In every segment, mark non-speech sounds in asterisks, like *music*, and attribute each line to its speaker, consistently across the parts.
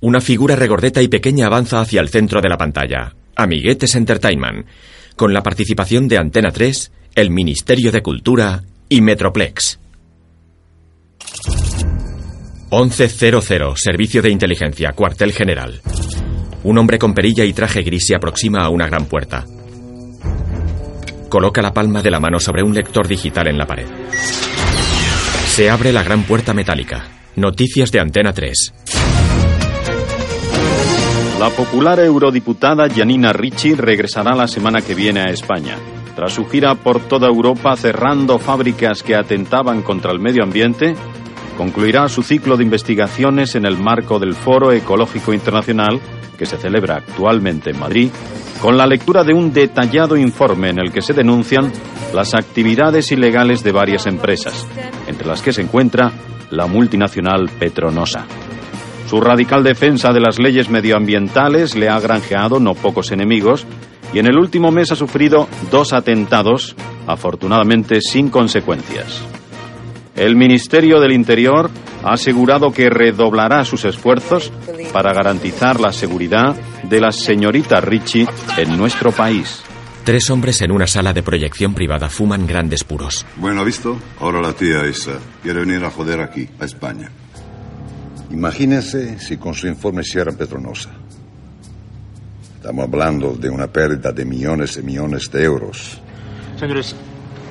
Speaker 1: Una figura regordeta y pequeña avanza hacia el centro de la pantalla. Amiguetes Entertainment. Con la participación de Antena 3, el Ministerio de Cultura y Metroplex. 11.00, Servicio de Inteligencia, Cuartel General. Un hombre con perilla y traje gris se aproxima a una gran puerta. Coloca la palma de la mano sobre un lector digital en la pared. Se abre la gran puerta metálica. Noticias de Antena 3.
Speaker 2: La popular eurodiputada Janina Ricci regresará la semana que viene a España. Tras su gira por toda Europa cerrando fábricas que atentaban contra el medio ambiente, concluirá su ciclo de investigaciones en el marco del Foro Ecológico Internacional que se celebra actualmente en Madrid, con la lectura de un detallado informe en el que se denuncian las actividades ilegales de varias empresas, entre las que se encuentra la multinacional Petronosa. Su radical defensa de las leyes medioambientales le ha granjeado no pocos enemigos y en el último mes ha sufrido dos atentados, afortunadamente sin consecuencias. El Ministerio del Interior ha asegurado que redoblará sus esfuerzos para garantizar la seguridad de la señorita Ricci en nuestro país.
Speaker 1: Tres hombres en una sala de proyección privada fuman grandes puros.
Speaker 3: Bueno, ¿visto? Ahora la tía esa quiere venir a joder aquí, a España.
Speaker 4: Imagínense si con su informe cierran Petronosa. Estamos hablando de una pérdida de millones y millones de euros.
Speaker 5: Señores,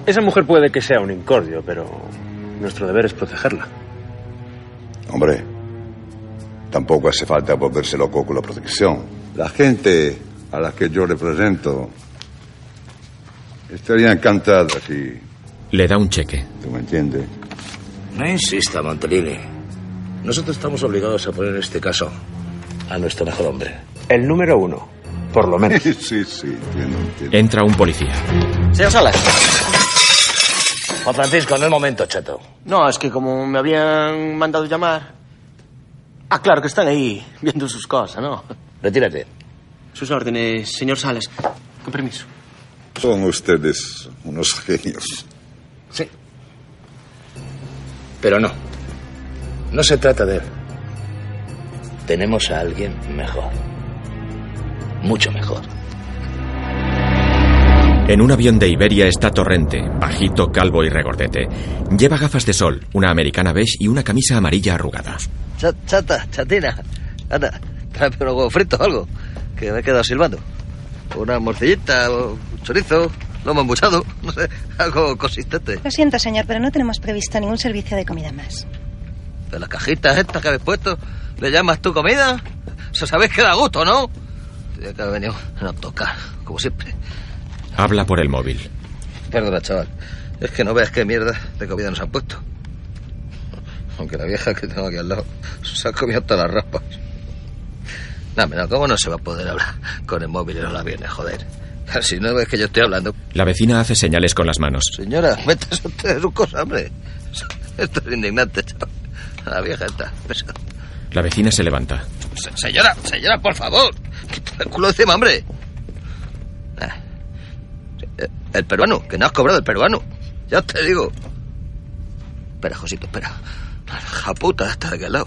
Speaker 5: esa mujer puede que sea un incordio, pero nuestro deber es protegerla.
Speaker 4: Hombre, tampoco hace falta volverse loco con la protección. La gente a la que yo represento estaría encantada si...
Speaker 1: Le da un cheque.
Speaker 4: ¿Tú me entiendes?
Speaker 6: No insista, Mantellini. Nosotros estamos obligados a poner en este caso a nuestro mejor hombre.
Speaker 5: El número uno, por lo menos.
Speaker 4: *laughs* Sí, sí, entiendo, entiendo.
Speaker 1: Entra un policía.
Speaker 6: Señor Salas. Juan Francisco, no es momento, chato.
Speaker 7: No, es que como me habían mandado llamar. Ah, claro, que están ahí viendo sus cosas, ¿no?
Speaker 6: Retírate.
Speaker 7: Sus órdenes, señor Salas. Con permiso.
Speaker 4: Son ustedes unos genios.
Speaker 6: Sí. Pero no. No se trata de él. Tenemos a alguien mejor. Mucho mejor.
Speaker 1: En un avión de Iberia está Torrente, bajito, calvo y regordete. Lleva gafas de sol, una americana beige y una camisa amarilla arrugada.
Speaker 8: Cha- chata, chatina. Anda, tráeme unos huevos fritos o algo, que me he quedado silbando. Una morcillita, o un chorizo, lomo embuchado, no sé, *laughs* algo consistente.
Speaker 9: Lo siento, señor, pero no tenemos previsto ningún servicio de comida más.
Speaker 8: De las cajitas estas que habéis puesto, ¿le llamas tú comida? Eso sabéis que da gusto, ¿no? Tendría que haber venido a tocar, como siempre.
Speaker 1: Habla por el móvil.
Speaker 8: Perdona, chaval. Es que no veas qué mierda de comida nos han puesto. Aunque la vieja que tengo aquí al lado se ha comido todas las raspas. Dame, no, ¿cómo no se va a poder hablar con el móvil en la viene, joder? Si no ves que yo estoy hablando.
Speaker 1: La vecina hace señales con las manos.
Speaker 8: Señora, métase usted en su cosa, hombre. Esto es indignante, chaval. La vieja está.
Speaker 1: La vecina se levanta.
Speaker 8: Se- Señora, señora, por favor. Quítame el culo encima, hombre. Ah. Eh, El peruano, que no has cobrado el peruano. Ya te digo. Espera, Josito, espera. La raja puta esta de aquel lado.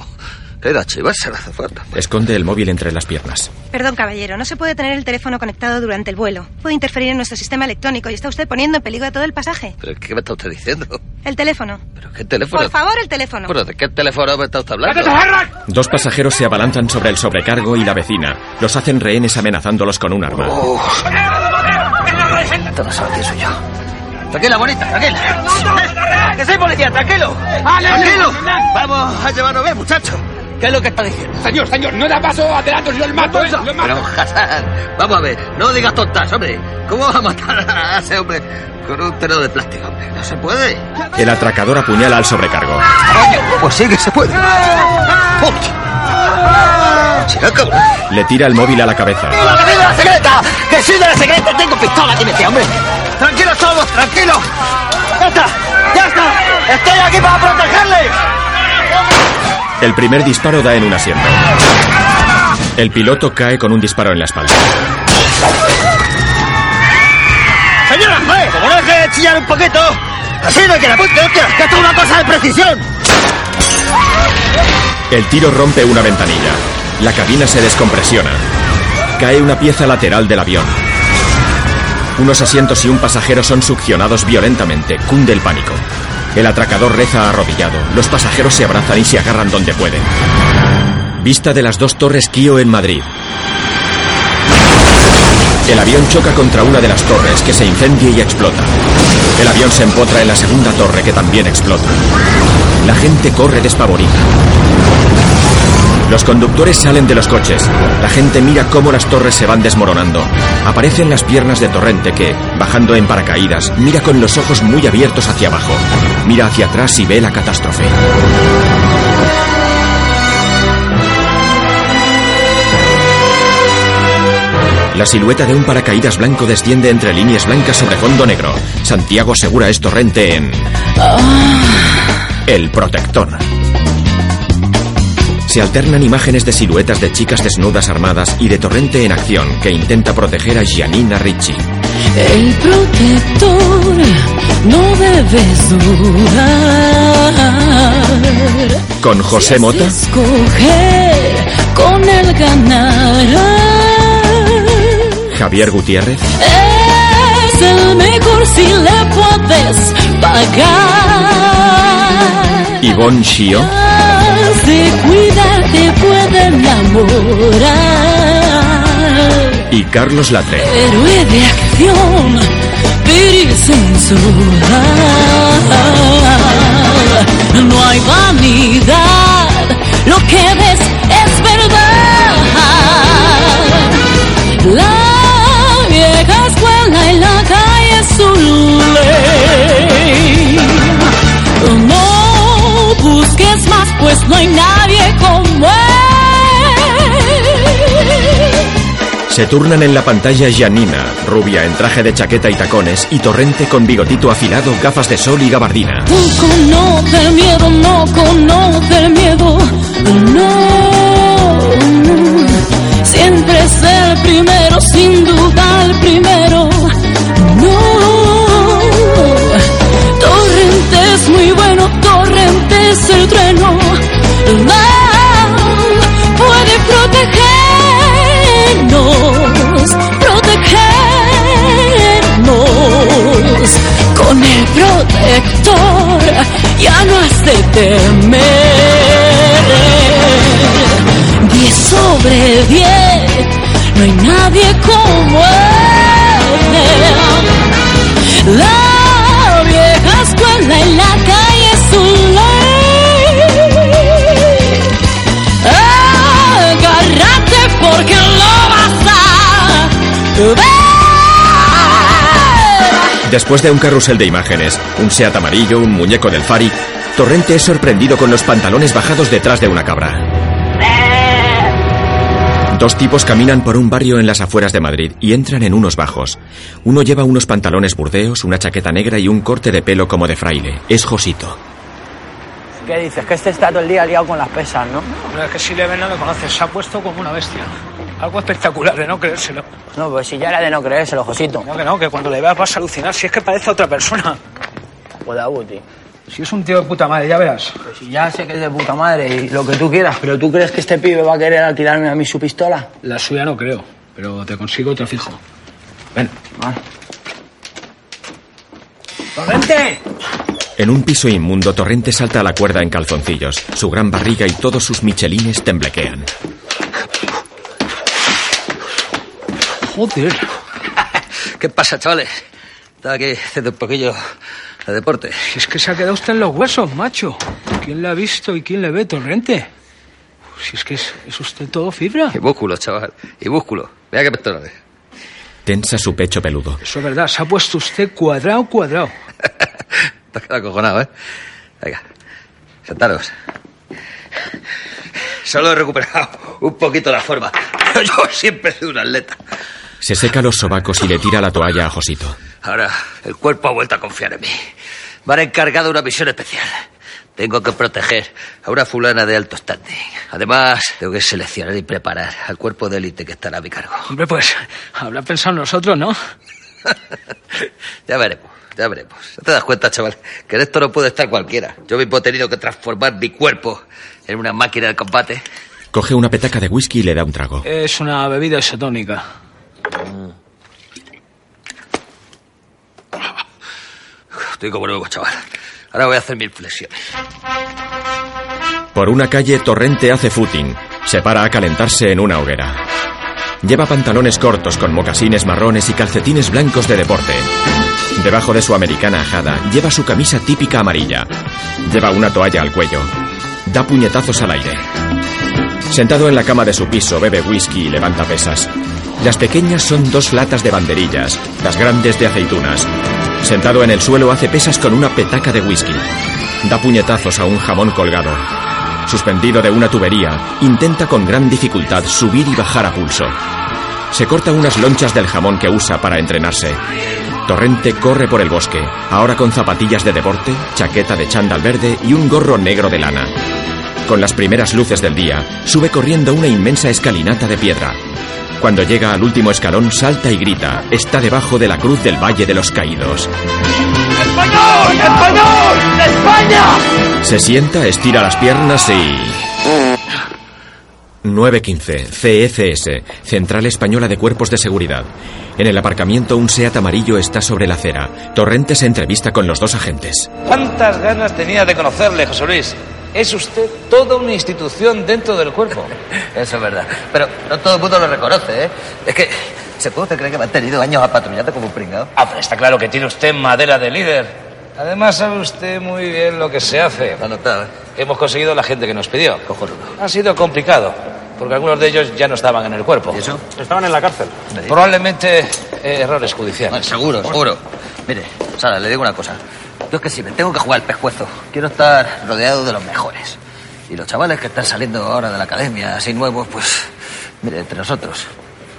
Speaker 8: Que era chivarse la azafata.
Speaker 1: Esconde el móvil entre las piernas.
Speaker 9: Perdón, caballero, no se puede tener el teléfono conectado durante el vuelo. Puede interferir en nuestro sistema electrónico y está usted poniendo en peligro a todo el pasaje.
Speaker 8: ¿Pero qué me está usted diciendo?
Speaker 9: El teléfono.
Speaker 8: ¿Pero qué teléfono?
Speaker 9: Por favor, el teléfono.
Speaker 8: ¿Pero de qué teléfono me está usted hablando?
Speaker 1: Dos pasajeros se abalanzan sobre el sobrecargo y la vecina. Los hacen rehenes amenazándolos con un arma.
Speaker 8: Esto no sabe quién soy yo. Tranquila, bonita, tranquila. Que soy policía, tranquilo. Tranquilo. Vamos a llevarnos bien, muchacho. ¿Qué es lo que está diciendo?
Speaker 10: Señor, señor, no da paso adelante, yo el mato, ¿eh? Lo
Speaker 8: Pero,
Speaker 10: mato.
Speaker 8: Hassan, vamos a ver, no digas tontas, hombre. ¿Cómo vas a matar a ese hombre con un telo de plástico, hombre? No se puede.
Speaker 1: El atracador apuñala al sobrecargo.
Speaker 8: Pues sí que se puede. ¡Chira, cabrón!
Speaker 1: Le tira el móvil a la cabeza.
Speaker 8: ¡Que soy de la secreta! ¡Que soy de la secreta! ¡Tengo pistola, tiene que, hombre! ¡Tranquilos todos, tranquilos! ¡Ya está! ¡Ya está! ¡Estoy aquí para protegerle!
Speaker 1: El primer disparo da en un asiento. El piloto cae con un disparo en la espalda.
Speaker 8: ¡Señora! ¡Eh! ¡Como no deje de chillar un poquito! ¡Así no que la punta, hostia! ¡Que esto es una cosa de precisión!
Speaker 1: El tiro rompe una ventanilla. La cabina se descompresiona. Cae una pieza lateral del avión. Unos asientos y un pasajero son succionados violentamente. Cunde el pánico. El atracador reza arrodillado. Los pasajeros se abrazan y se agarran donde pueden. Vista de las dos torres Kio en Madrid. El avión choca contra una de las torres que se incendia y explota. El avión se empotra en la segunda torre que también explota. La gente corre despavorida. Los conductores salen de los coches. La gente mira cómo las torres se van desmoronando. Aparecen las piernas de Torrente que, bajando en paracaídas, mira con los ojos muy abiertos hacia abajo. Mira hacia atrás y ve la catástrofe. La silueta de un paracaídas blanco desciende entre líneas blancas sobre fondo negro. Santiago asegura es Torrente en...
Speaker 11: Ah,
Speaker 1: El protector. Se alternan imágenes de siluetas de chicas desnudas armadas y de Torrente en acción que intenta proteger a Gianina Ricci.
Speaker 11: El protector no debes dudar.
Speaker 1: Con José Mota,
Speaker 11: Escoger con el ganar
Speaker 1: Javier Gutiérrez,
Speaker 11: es el mejor si le puedes pagar.
Speaker 1: Ivonne Shio,
Speaker 11: Has de cuidarte puede enamorar.
Speaker 1: y Carlos Latre.
Speaker 11: Héroe de acción, pero sin sudar. No hay vanidad, lo que ves es verdad. La vieja escuela y la calle es su ley. No busques más, pues no hay nadie como él.
Speaker 1: Se turnan en la pantalla Janina, rubia en traje de chaqueta y tacones, y Torrente con bigotito afilado, gafas de sol y gabardina.
Speaker 11: No conoce el miedo, no conoce el miedo, Oh, no, no. Siempre es el primero, sin duda el primero, Oh, no. Torrente es muy bueno, Torrente es el trueno, el mal puede protegernos, protegernos. Con el protector ya no has de temer. Diez sobre diez, no hay nadie como él. La vieja escuela en la calle es un ley. Agárrate porque lo vas a ver.
Speaker 1: Después de un carrusel de imágenes, un Seat amarillo, un muñeco del Fari, Torrente es sorprendido con los pantalones bajados detrás de una cabra. Dos tipos caminan por un barrio en las afueras de Madrid y entran en unos bajos. Uno lleva unos pantalones burdeos, una chaqueta negra y un corte de pelo como de fraile. Es Josito.
Speaker 12: ¿Qué dices? Que este está todo el día liado con las pesas, ¿no?
Speaker 13: No, es que si le ven no lo conoces, se ha puesto como una bestia. Algo espectacular de no creérselo.
Speaker 12: No, pues si ya era de no creérselo, Josito.
Speaker 13: No, que no, que cuando le veas vas a alucinar si es que parece a otra persona.
Speaker 12: Joder, Pues Guti.
Speaker 13: Si es un tío de puta madre, ya verás.
Speaker 12: Pues si ya sé que es de puta madre y lo que tú quieras, pero ¿tú crees que este pibe va a querer alquilarme a mí su pistola?
Speaker 13: La suya no creo, pero te consigo te fijo. Ven.
Speaker 12: ¡Torrente!
Speaker 1: En un piso inmundo, Torrente salta a la cuerda en calzoncillos. Su gran barriga y todos sus michelines temblequean.
Speaker 13: Joder.
Speaker 8: *laughs* ¿Qué pasa, chavales? Estaba aquí haciendo un poquillo de deporte.
Speaker 13: Si es que se ha quedado usted en los huesos, macho. ¿Quién le ha visto y quién le ve, Torrente? Si es que es, es usted todo
Speaker 8: *laughs*
Speaker 13: fibra.
Speaker 8: Y músculo, chaval. Y músculo. Mira qué pectorales.
Speaker 1: Tensa su pecho peludo.
Speaker 13: Eso es verdad, se ha puesto usted cuadrado, cuadrado.
Speaker 8: Te has quedado acojonado, ¿eh? Venga, sentaros. Solo he recuperado un poquito la forma. Pero yo siempre he sido un atleta.
Speaker 1: Se seca los sobacos y le tira la toalla a Josito.
Speaker 8: Ahora el cuerpo ha vuelto a confiar en mí. Me han encargado una misión especial. Tengo que proteger a una fulana de alto standing. Además, tengo que seleccionar y preparar al cuerpo de élite que estará a mi cargo.
Speaker 13: Hombre, pues habrá pensado en nosotros, ¿no?
Speaker 8: Ya veremos, ya veremos. ¿No te das cuenta, chaval? Que en esto no puede estar cualquiera. Yo mismo he tenido que transformar mi cuerpo en una máquina de combate
Speaker 1: Coge una petaca de whisky y le da un trago.
Speaker 13: Es una bebida isotónica.
Speaker 8: Mm. Estoy como nuevo, chaval. Ahora voy a hacer mil flexiones.
Speaker 1: Por una calle, Torrente hace footing. Se para a calentarse en una hoguera. Lleva pantalones cortos con mocasines marrones y calcetines blancos de deporte. Debajo de su americana ajada lleva su camisa típica amarilla. Lleva una toalla al cuello. Da puñetazos al aire. Sentado en la cama de su piso, bebe whisky y levanta pesas. Las pequeñas son dos latas de banderillas, las grandes de aceitunas. Sentado en el suelo hace pesas con una petaca de whisky. Da puñetazos a un jamón colgado. Suspendido de una tubería, intenta con gran dificultad subir y bajar a pulso. Se corta unas lonchas del jamón que usa para entrenarse. Torrente corre por el bosque, ahora con zapatillas de deporte, chaqueta de chándal verde y un gorro negro de lana. Con las primeras luces del día, sube corriendo una inmensa escalinata de piedra. Cuando llega al último escalón, salta y grita. Está debajo de la cruz del Valle de los Caídos.
Speaker 11: ¡Español! ¡Español! ¡España!
Speaker 1: Se sienta, estira las piernas y... 915, CFS, E Central Española de Cuerpos de Seguridad. En el aparcamiento un SEAT amarillo está sobre la acera. Torrente se entrevista con los dos agentes.
Speaker 6: ¿Cuántas ganas tenía de conocerle, José Luis? Es usted toda una institución dentro del *laughs* cuerpo.
Speaker 8: Eso es verdad. Pero no todo el mundo lo reconoce, ¿eh? Es que, ¿seguro usted cree que me han tenido años apatrullando como un pringado?
Speaker 6: Ah, pero está claro que tiene usted madera de líder. Además, sabe usted muy bien lo que se hace. Hemos conseguido la gente que nos pidió. Ha sido complicado, porque algunos de ellos ya no estaban en el cuerpo. eso?
Speaker 14: Estaban en la cárcel.
Speaker 6: Probablemente eh, errores judiciales.
Speaker 8: Bueno, seguro, seguro. Mire, Sara, le digo una cosa. Yo es que si me tengo que jugar el pescuezo, quiero estar rodeado de los mejores. Y los chavales que están saliendo ahora de la academia, así nuevos, pues, mire, entre nosotros,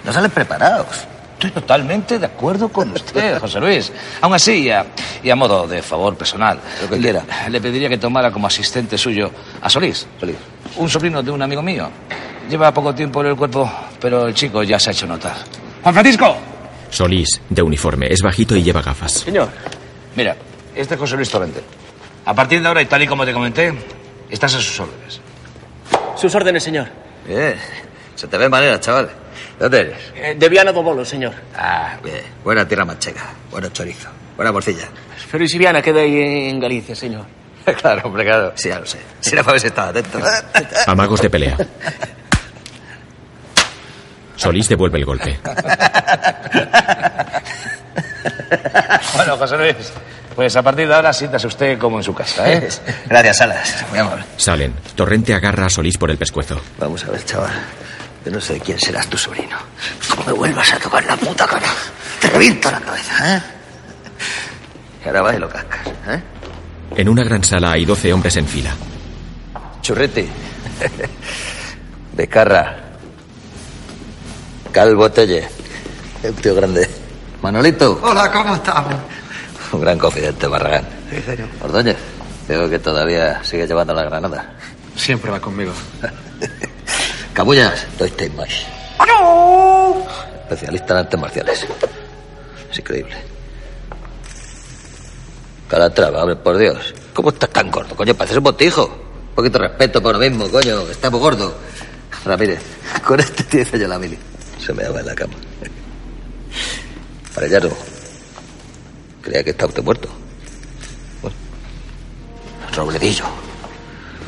Speaker 8: no salen preparados.
Speaker 6: Estoy totalmente de acuerdo con usted, José Luis. Aún así, y a, y a modo de favor personal, le, le pediría que tomara como asistente suyo a Solís, un sobrino de un amigo mío. Lleva poco tiempo en el cuerpo, pero el chico ya se ha hecho notar.
Speaker 13: Juan Francisco.
Speaker 1: Solís, de uniforme, es bajito y lleva gafas.
Speaker 6: Señor. Mira, este es José Luis Torrente. A partir de ahora, y tal y como te comenté, estás a sus órdenes.
Speaker 15: Sus órdenes, señor.
Speaker 8: *laughs* Bien. Se te ve manera, chaval. ¿De ¿Dónde eres?
Speaker 15: Eh, de Viana do Bolo, señor.
Speaker 8: Ah, bien. Buena tierra manchega. Bueno chorizo. Buena morcilla.
Speaker 15: Pero y si Viana queda ahí en Galicia, señor.
Speaker 8: *laughs* claro, hombre, claro. Sí, ya lo sé. Si no habéis estado *laughs* atento.
Speaker 1: Amagos de pelea. Solís devuelve el golpe.
Speaker 6: *laughs* Bueno, José Luis, pues a partir de ahora siéntase usted como en su casa,
Speaker 15: *laughs*
Speaker 6: ¿eh?
Speaker 8: Gracias, Salas. Muy amable.
Speaker 1: Salen. Torrente agarra a Solís por el pescuezo.
Speaker 8: Vamos a ver, chaval. Yo no sé quién serás tu sobrino. Como me vuelvas a tocar la puta cara, te reviento la cabeza, ¿eh? Y ahora vas y lo cascas, ¿eh?
Speaker 1: En una gran sala hay 12 hombres en fila.
Speaker 8: Churrete. *laughs* Becarra. Calvo Telle. Un tío grande. Manolito.
Speaker 16: Hola, ¿cómo estamos?
Speaker 8: Un gran confidente, Barragán. Ordóñez. Veo que todavía sigue llevando la granada.
Speaker 16: Siempre va
Speaker 8: *laughs*
Speaker 16: conmigo.
Speaker 8: Cabullas, doy este time más. Especialista en artes marciales. Es increíble. Calatrava, hombre, por Dios. ¿Cómo estás tan gordo, coño? Pareces un botijo. Un poquito de respeto por lo mismo, coño. que Estás muy gordo. Ramírez, *laughs* con este tío hice yo la mili. Se me daba en la cama. Parellaro. Creía que estaba usted muerto. Bueno. Robledillo.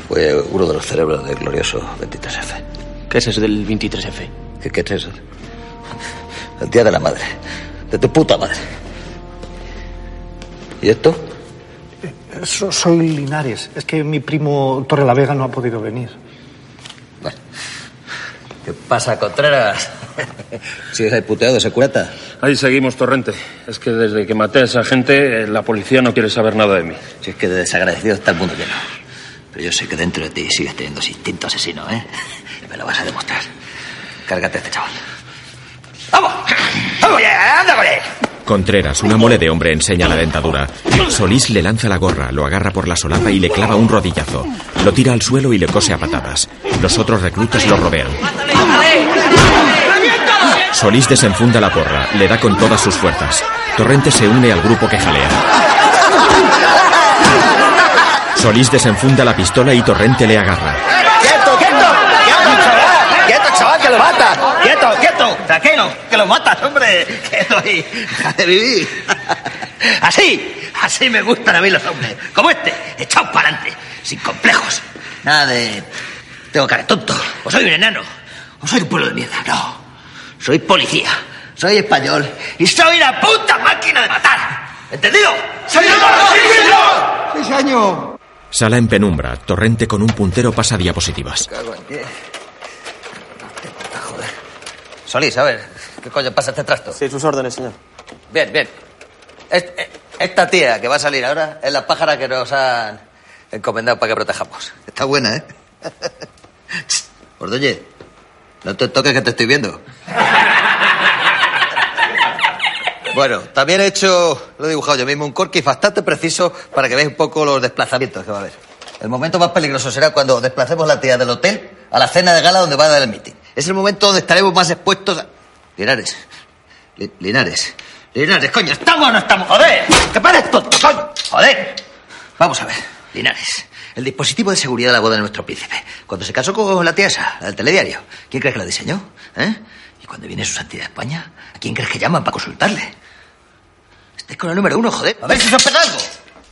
Speaker 8: Fue uno de los cerebros del glorioso 23F.
Speaker 15: ¿Qué es eso del 23F?
Speaker 8: ¿Qué, qué es eso? El día de la madre. De tu puta madre. ¿Y esto?
Speaker 5: So- soy Linares. Es que mi primo Torre la Vega no ha podido venir.
Speaker 8: ¿Qué pasa, *laughs* Contreras? ¿Sigues ahí puteado ese curata?
Speaker 17: Ahí seguimos, Torrente. Es que desde que maté a esa gente, eh, la policía no quiere saber nada de mí.
Speaker 8: Si es que de desagradecido está el mundo lleno. Pero yo sé que dentro de ti sigues teniendo ese instinto asesino, ¿eh? Y me lo vas a demostrar. Cárgate a este chaval. ¡Vamos! ¡Vamos ya! ¡Anda con él!
Speaker 1: Contreras, una mole de hombre, enseña la dentadura. Solís le lanza la gorra, lo agarra por la solapa y le clava un rodillazo. Lo tira al suelo y le cose a patadas. Los otros reclutas lo rodean. Solís desenfunda la porra, le da con todas sus fuerzas. Torrente se une al grupo que jalea. Solís desenfunda la pistola y Torrente le agarra.
Speaker 11: ¡Quieto, quieto! ¡Quieto, chaval!
Speaker 8: que lo matas! ¡Quieto, quieto! ¡Tranquilo! ¡Que lo matas, hombre! ¡Quieto ahí! *laughs* ¡Deja de *laughs* vivir! ¡Así! ¡Así me gustan a mí los hombres! ¡Como este! ¡Echaos para adelante! ¡Sin complejos! Nada de... Tengo cara de tonto. O soy un enano. O soy un pueblo de mierda. No. Soy policía. Soy español. Y soy la puta máquina de matar. ¿Entendido?
Speaker 10: ¡Señor! ¡Sí, señor!
Speaker 8: ¡Sí, señor!
Speaker 1: Sala en penumbra. Torrente con un puntero pasa diapositivas.
Speaker 8: Cago en diez. Joder. Solís, a ver, ¿qué coño pasa este trasto? Sí, sus órdenes, señor. Bien, bien. Est- eh, esta tía que va a salir ahora es la pájara que nos han encomendado para que protejamos. Está buena, ¿eh? Ordoñez, no te toques que te estoy viendo. Bueno, también he hecho, lo he dibujado yo mismo, un corquis bastante preciso para que veáis un poco los desplazamientos que va a haber. El momento más peligroso será cuando desplacemos la tía del hotel a la cena de gala donde va a dar el mitin. Es el momento donde estaremos más expuestos a... Linares. Li- Linares. Linares, coño, ¿estamos o no estamos? ¡Joder! ¡Que pares, tonto, coño! ¡Joder! Vamos a ver, Linares. El dispositivo de seguridad de la boda de nuestro príncipe. Cuando se casó con la tía esa, la del telediario, ¿quién crees que la diseñó? ¿Eh? Y cuando viene su santidad a España, ¿a quién crees que llaman para consultarle? Estáis con el número uno, joder. A ver si sospecha algo.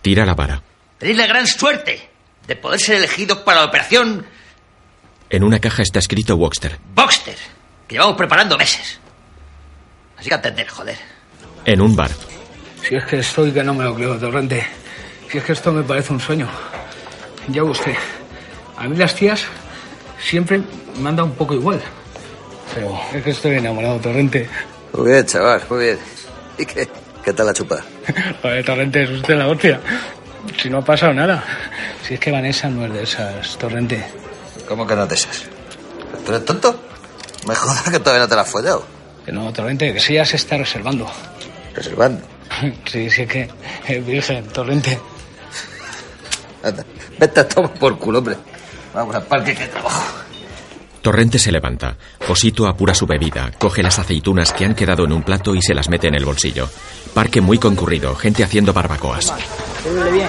Speaker 1: Tira la vara.
Speaker 8: Tenéis la gran suerte de poder ser elegidos para la operación
Speaker 1: En una caja está escrito Wokster.
Speaker 8: Boxster, que llevamos preparando meses. Así que atender, joder.
Speaker 1: En un bar.
Speaker 13: Si es que estoy que no me lo creo, Torrente. Si es que esto me parece un sueño. Ya busqué. A mí las tías siempre me han dado un poco igual. Pero es que estoy enamorado, Torrente. *laughs*
Speaker 8: Muy bien, chaval, muy bien. ¿Y qué? ¿Qué tal la chupa?
Speaker 13: Joder, Torrente, es usted la hostia. Si no ha pasado nada. Si es que Vanessa no es de esas, Torrente.
Speaker 8: ¿Cómo que no te esas? ¿Tú eres tonto? Me jodas que todavía no te la has follado.
Speaker 13: Que no, Torrente, que sí ya se está reservando.
Speaker 8: Reservando.
Speaker 13: *laughs* Sí, sí es que es virgen, Torrente.
Speaker 8: Anda, vete a tomar por culo, hombre. Vamos al parque que trabajo.
Speaker 1: Torrente se levanta. Posito apura su bebida, coge las aceitunas que han quedado en un plato y se las mete en el bolsillo. Parque muy concurrido, gente haciendo barbacoas.
Speaker 12: bien.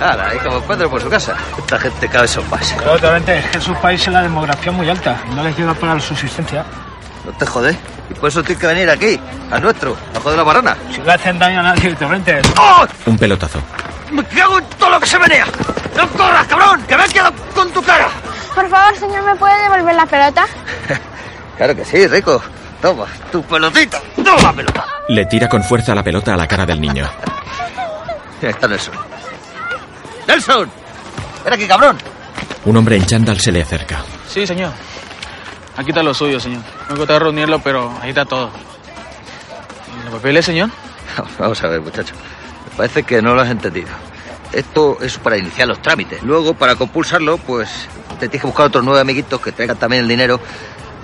Speaker 8: Ahora, y como Pedro por su casa. Esta gente cada vez son más.
Speaker 13: Claro, Torrente, es que en sus países la demografía es muy alta. No les llega para la subsistencia.
Speaker 8: No te jodés. Y por eso tienes que venir aquí, al nuestro, a joder la barrana.
Speaker 13: Si no hacen daño a nadie, Torrente.
Speaker 8: ¡Oh!
Speaker 1: Un pelotazo.
Speaker 8: ¡Me cago en todo lo que se menea! ¡No corras, cabrón! ¡Que me has quedado con tu cara!
Speaker 4: Por favor, señor, ¿me puede devolver la pelota?
Speaker 8: Claro que sí, rico. Toma, tu pelotita. Toma, pelota.
Speaker 1: Le tira con fuerza la pelota a la cara del niño.
Speaker 8: Mira, está Nelson. ¡Nelson! ¡Ven aquí, cabrón!
Speaker 1: Un hombre en chándal se le acerca.
Speaker 18: Sí, señor. Aquí está lo suyo, señor. Me gusta reunirlo, pero ahí está todo. ¿Y ¿Los papeles, señor?
Speaker 8: *laughs* Vamos a ver, muchacho. Me parece que no lo has entendido. Esto es para iniciar los trámites. Luego, para compulsarlo, pues te tienes que buscar otros nueve amiguitos que traigan también el dinero,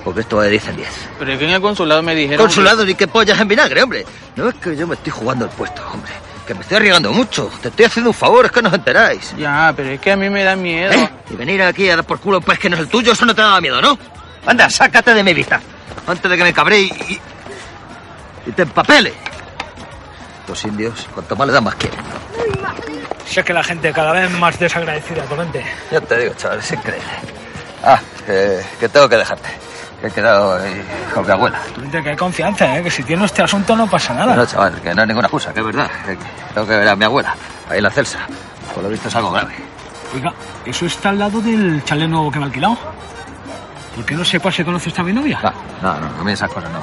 Speaker 8: porque esto va de 10 en 10.
Speaker 18: Pero es que en el consulado me dijeron...
Speaker 8: Consulado
Speaker 7: *laughs*
Speaker 8: ni qué pollas en vinagre, hombre. No es que yo me estoy jugando el puesto, hombre. Que me estoy arriesgando mucho. Te estoy haciendo un favor, es que no os enteráis. ¿Eh?
Speaker 18: Ya, pero es que a mí me da miedo.
Speaker 8: Y venir aquí a dar por culo un pez que no es el tuyo, eso no te da miedo, ¿no? Anda, sácate de mi vista. Antes de que me cabré y. y, y te empapele. Los indios, cuanto más le dan, más quieren.
Speaker 13: Si es que la gente cada vez más desagradecida, Torrente.
Speaker 8: Ya te digo, chaval, es increíble. Ah, eh, que tengo que dejarte. Que he quedado ahí con mi abuela.
Speaker 13: Torrente, que hay confianza, ¿eh? Que si tiene este asunto no pasa nada.
Speaker 8: No, chaval, que no es ninguna excusa, que es verdad. que Tengo que ver a mi abuela, ahí en la celsa. Por lo visto es algo grave.
Speaker 13: Oiga, ¿eso está al lado del chalet nuevo que me ha alquilado? ¿Por qué no sepa si conoces a mi novia?
Speaker 8: No, no, no me esas cosas, no.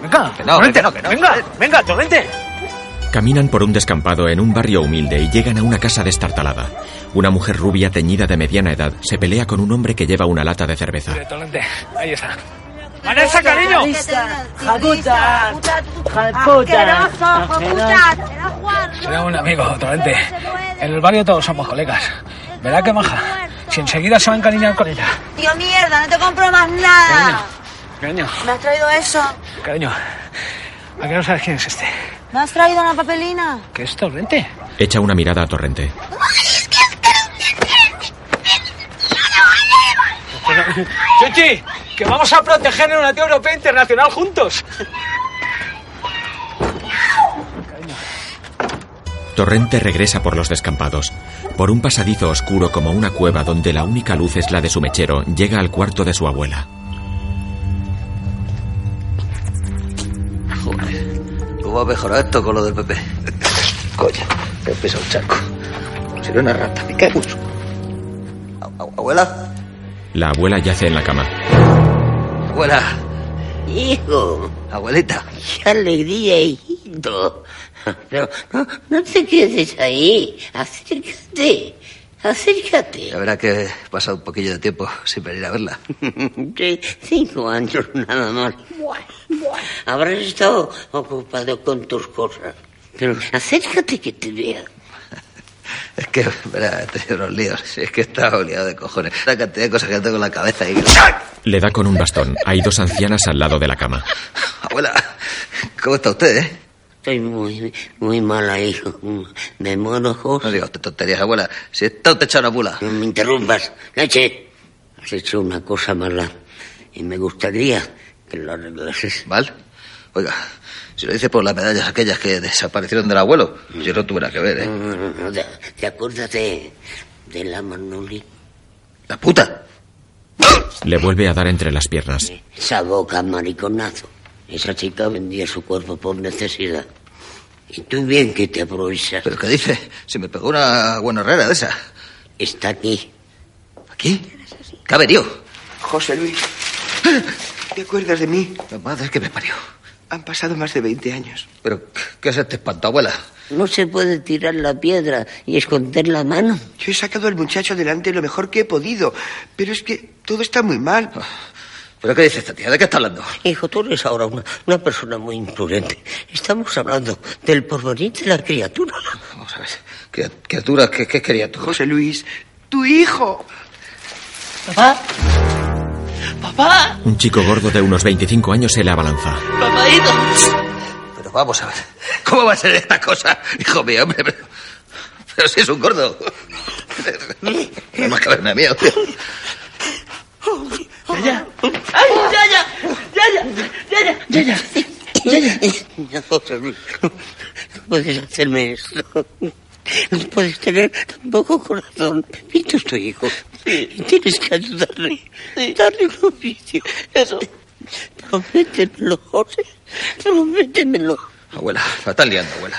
Speaker 13: Venga,
Speaker 8: Que no,
Speaker 13: Torrente,
Speaker 8: que no, que no.
Speaker 13: venga, venga, Torrente.
Speaker 1: Caminan por un descampado en un barrio humilde y llegan a una casa destartalada. Una mujer rubia teñida de mediana edad se pelea con un hombre que lleva una lata de cerveza.
Speaker 13: Eh, Torrente, ahí está. ¡Vanessa, cariño!
Speaker 11: ¡Japuta!
Speaker 13: ¡Japuta!
Speaker 11: ¡Japuta!
Speaker 13: Será un amigo, Torrente. En el barrio todos somos colegas. ¿Verdad que maja? Si enseguida se va a encariñar con ella.
Speaker 19: Tío, mierda, no te compro más nada.
Speaker 13: Cariño,
Speaker 19: ¿Me has traído eso?
Speaker 13: cariño. ¿A qué no sabes quién es este?
Speaker 19: ¿Me has traído una papelina?
Speaker 13: ¿Qué es Torrente?
Speaker 1: Echa una mirada a Torrente.
Speaker 13: Pues, *laughs* ¡Chuchi! ¡Que vamos a proteger en una tía europea internacional juntos!
Speaker 1: Torrente regresa por los descampados. Por un pasadizo oscuro como una cueva donde la única luz es la de su mechero, llega al cuarto de su abuela.
Speaker 8: ¿Cómo va a mejorar esto con lo del PP? Coño, me he pisado un charco. Si no, una rata, me cago. A- a- Abuela,
Speaker 1: La abuela yace en la cama.
Speaker 8: abuela. Hijo. Abuelita.
Speaker 20: ¡Qué alegría, hijito! Pero no, no te quedes ahí. Acércate. Acércate.
Speaker 8: La verdad que he pasado un poquillo de tiempo sin venir a *laughs* verla.
Speaker 20: Que Cinco años nada más. Habrás estado ocupado con tus cosas. Pero acércate que te vea.
Speaker 8: Es que, verá, he tenido unos líos. Es que estaba liado de cojones. La cantidad de cosas que tengo en la cabeza y...
Speaker 1: Le da con un bastón. Hay dos ancianas al lado de la cama.
Speaker 8: Abuela, ¿cómo está usted, eh?
Speaker 20: Estoy muy, muy mala, hijo. De modo
Speaker 8: No diga usted tonterías, abuela. Si está usted echado una pula.
Speaker 20: No me interrumpas. Leche. Has hecho una cosa mala. Y me gustaría que lo arreglases.
Speaker 8: ¿Vale? Oiga, si lo dice por las medallas aquellas que desaparecieron del abuelo, yo no tuve nada que ver, ¿eh?
Speaker 20: No, no, no, de- de- acuérdate de la Manoli.
Speaker 8: ¡La puta!
Speaker 1: Le vuelve a dar entre las piernas.
Speaker 20: Esa boca, mariconazo. Esa chica vendía su cuerpo por necesidad. Y tú bien que te aprovechas.
Speaker 8: ¿Pero qué dice? Si me pegó una buena herrera de esa.
Speaker 20: Está aquí.
Speaker 8: ¿Aquí? ¿Qué ha venido?
Speaker 21: José Luis, ¿te acuerdas de mí?
Speaker 8: La madre que me parió.
Speaker 21: Han pasado más de 20 años.
Speaker 8: ¿Pero qué es este espanto, abuela?
Speaker 20: No se puede tirar la piedra y esconder la mano.
Speaker 21: Yo he sacado al muchacho delante lo mejor que he podido, pero es que todo está muy mal.
Speaker 8: Ah, ¿Pero qué dice esta tía? ¿De qué está hablando?
Speaker 20: Hijo, tú eres ahora una, una persona muy imprudente. Estamos hablando del porvenir de la criatura.
Speaker 8: Vamos a ver. Cria- Criatura, ¿qué, qué quería tú?
Speaker 21: José Luis, tu hijo.
Speaker 20: Papá.
Speaker 21: Papá.
Speaker 1: Un chico gordo de unos 25 años se le abalanza.
Speaker 21: Papaíto.
Speaker 8: Pero vamos a ver. ¿Cómo va a ser esta cosa? Hijo mío, hombre, pero... pero si es un gordo.
Speaker 21: Eh,
Speaker 8: No más que verme a mí, tío.
Speaker 21: Yaya. Ay, Yaya. Yaya. Yaya. Yaya. Yaya.
Speaker 20: No, José Luis, no puedes hacerme esto. No puedes tener tan poco corazón. Pepito es tu hijo. Y tienes que ayudarle. Darle un oficio. Eso. Prométemelo, José. Prométemelo.
Speaker 8: Abuela, la están liando, abuela.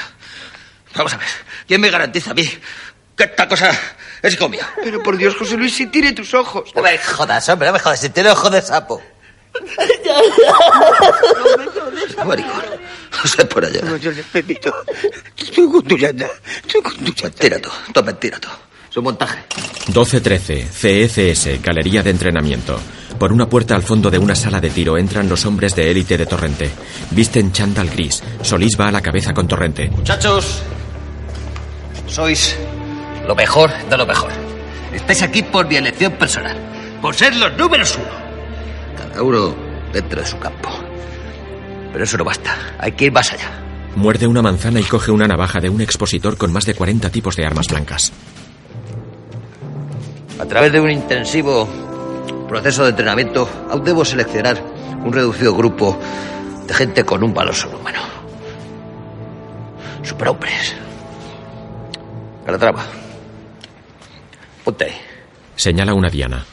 Speaker 8: Vamos a ver. ¿Quién me garantiza a mí que esta cosa es comida?
Speaker 21: Pero por Dios, José Luis, si tire tus ojos.
Speaker 8: No me jodas, hombre, no me jodas. Si tiene ojo de sapo. Maricón. No sé por allá.
Speaker 21: No llores, Pepito. Tú con tu llanta. Tú con tu llanta.
Speaker 8: Mentira tú. Todo mentira tú. Es un montaje.
Speaker 1: 12-13, CECS, E Galería de Entrenamiento. Por una puerta al fondo de una sala de tiro entran los hombres de élite de Torrente. Visten chándal gris. Solís va a la cabeza con Torrente.
Speaker 8: Muchachos, sois lo mejor de lo mejor. Estáis aquí por mi elección personal, por ser los números uno. Cada uno dentro de su campo. Pero eso no basta, hay que ir más allá.
Speaker 1: Muerde una manzana y coge una navaja de un expositor con más de 40 tipos de armas blancas.
Speaker 8: A través de un intensivo proceso de entrenamiento, aún debo seleccionar un reducido grupo de gente con un valor sobrehumano. Superhombres. A la trama. Ponte ahí,
Speaker 1: Señala una diana.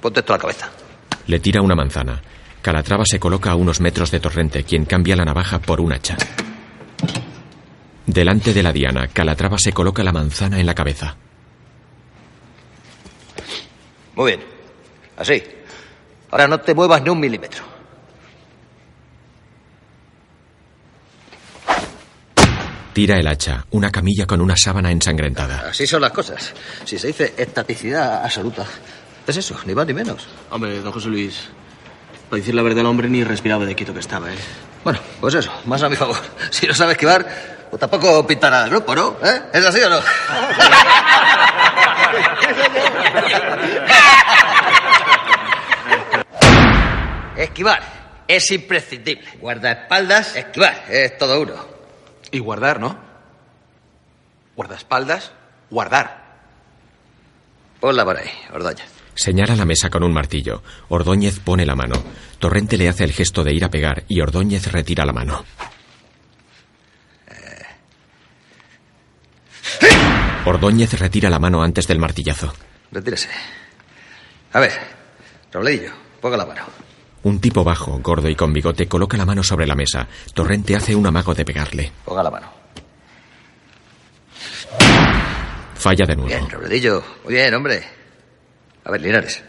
Speaker 8: ponte esto a la cabeza.
Speaker 1: Le tira una manzana. Calatrava se coloca a unos metros de Torrente, quien cambia la navaja por un hacha. Delante de la diana, Calatrava se coloca la manzana en la cabeza.
Speaker 8: Muy bien. Así. Ahora no te muevas ni un milímetro.
Speaker 1: Tira el hacha, una camilla con una sábana ensangrentada.
Speaker 8: Así son las cosas. Si se dice estaticidad absoluta, es eso, ni más ni menos.
Speaker 7: Hombre, don José Luis, para decir la verdad, el hombre ni respiraba de quieto que estaba, ¿eh?
Speaker 8: Bueno, pues eso, más a mi favor. *laughs* Si no sabes esquivar, pues tampoco pintará al grupo, ¿no? ¿Eh? ¿Es así o no? esquivar es imprescindible. Guardaespaldas, esquivar, es todo uno.
Speaker 7: Y guardar, ¿no? Guardaespaldas, guardar.
Speaker 8: Ponla por ahí, Ordoña.
Speaker 1: Señala la mesa con un martillo. Ordóñez pone la mano. Torrente le hace el gesto de ir a pegar y Ordóñez retira la mano. Ordóñez retira la mano antes del martillazo.
Speaker 8: Retírese. A ver, Robledillo, ponga la mano.
Speaker 1: Un tipo bajo, gordo y con bigote coloca la mano sobre la mesa. Torrente hace un amago de pegarle.
Speaker 6: Ponga la mano.
Speaker 1: Falla de nuevo.
Speaker 8: Bien, Robledillo. Muy bien, hombre. A ver, Linares.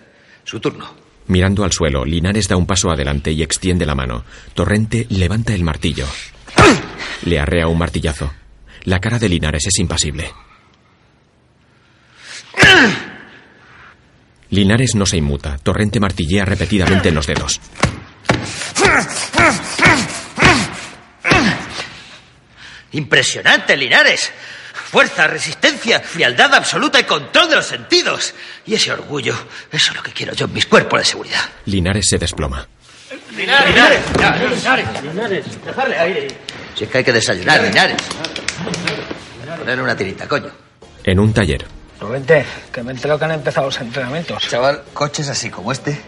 Speaker 8: Su turno.
Speaker 1: Mirando al suelo, Linares da un paso adelante y extiende la mano. Torrente levanta el martillo. Le arrea un martillazo. La cara de Linares es impasible. Linares no se inmuta. Torrente martillea repetidamente en los dedos.
Speaker 8: Impresionante, Linares. Fuerza, resistencia, frialdad absoluta y control de los sentidos. Y ese orgullo, eso es lo que quiero yo en mis cuerpos de seguridad.
Speaker 1: Linares se desploma.
Speaker 8: Linares, Linares, Linares, dejarle aire. Si es que hay que desayunar, Linares. Ponerle una tirita, coño.
Speaker 1: En un taller,
Speaker 13: Torrente, que me entero que han empezado los entrenamientos.
Speaker 8: Chaval, coches así como este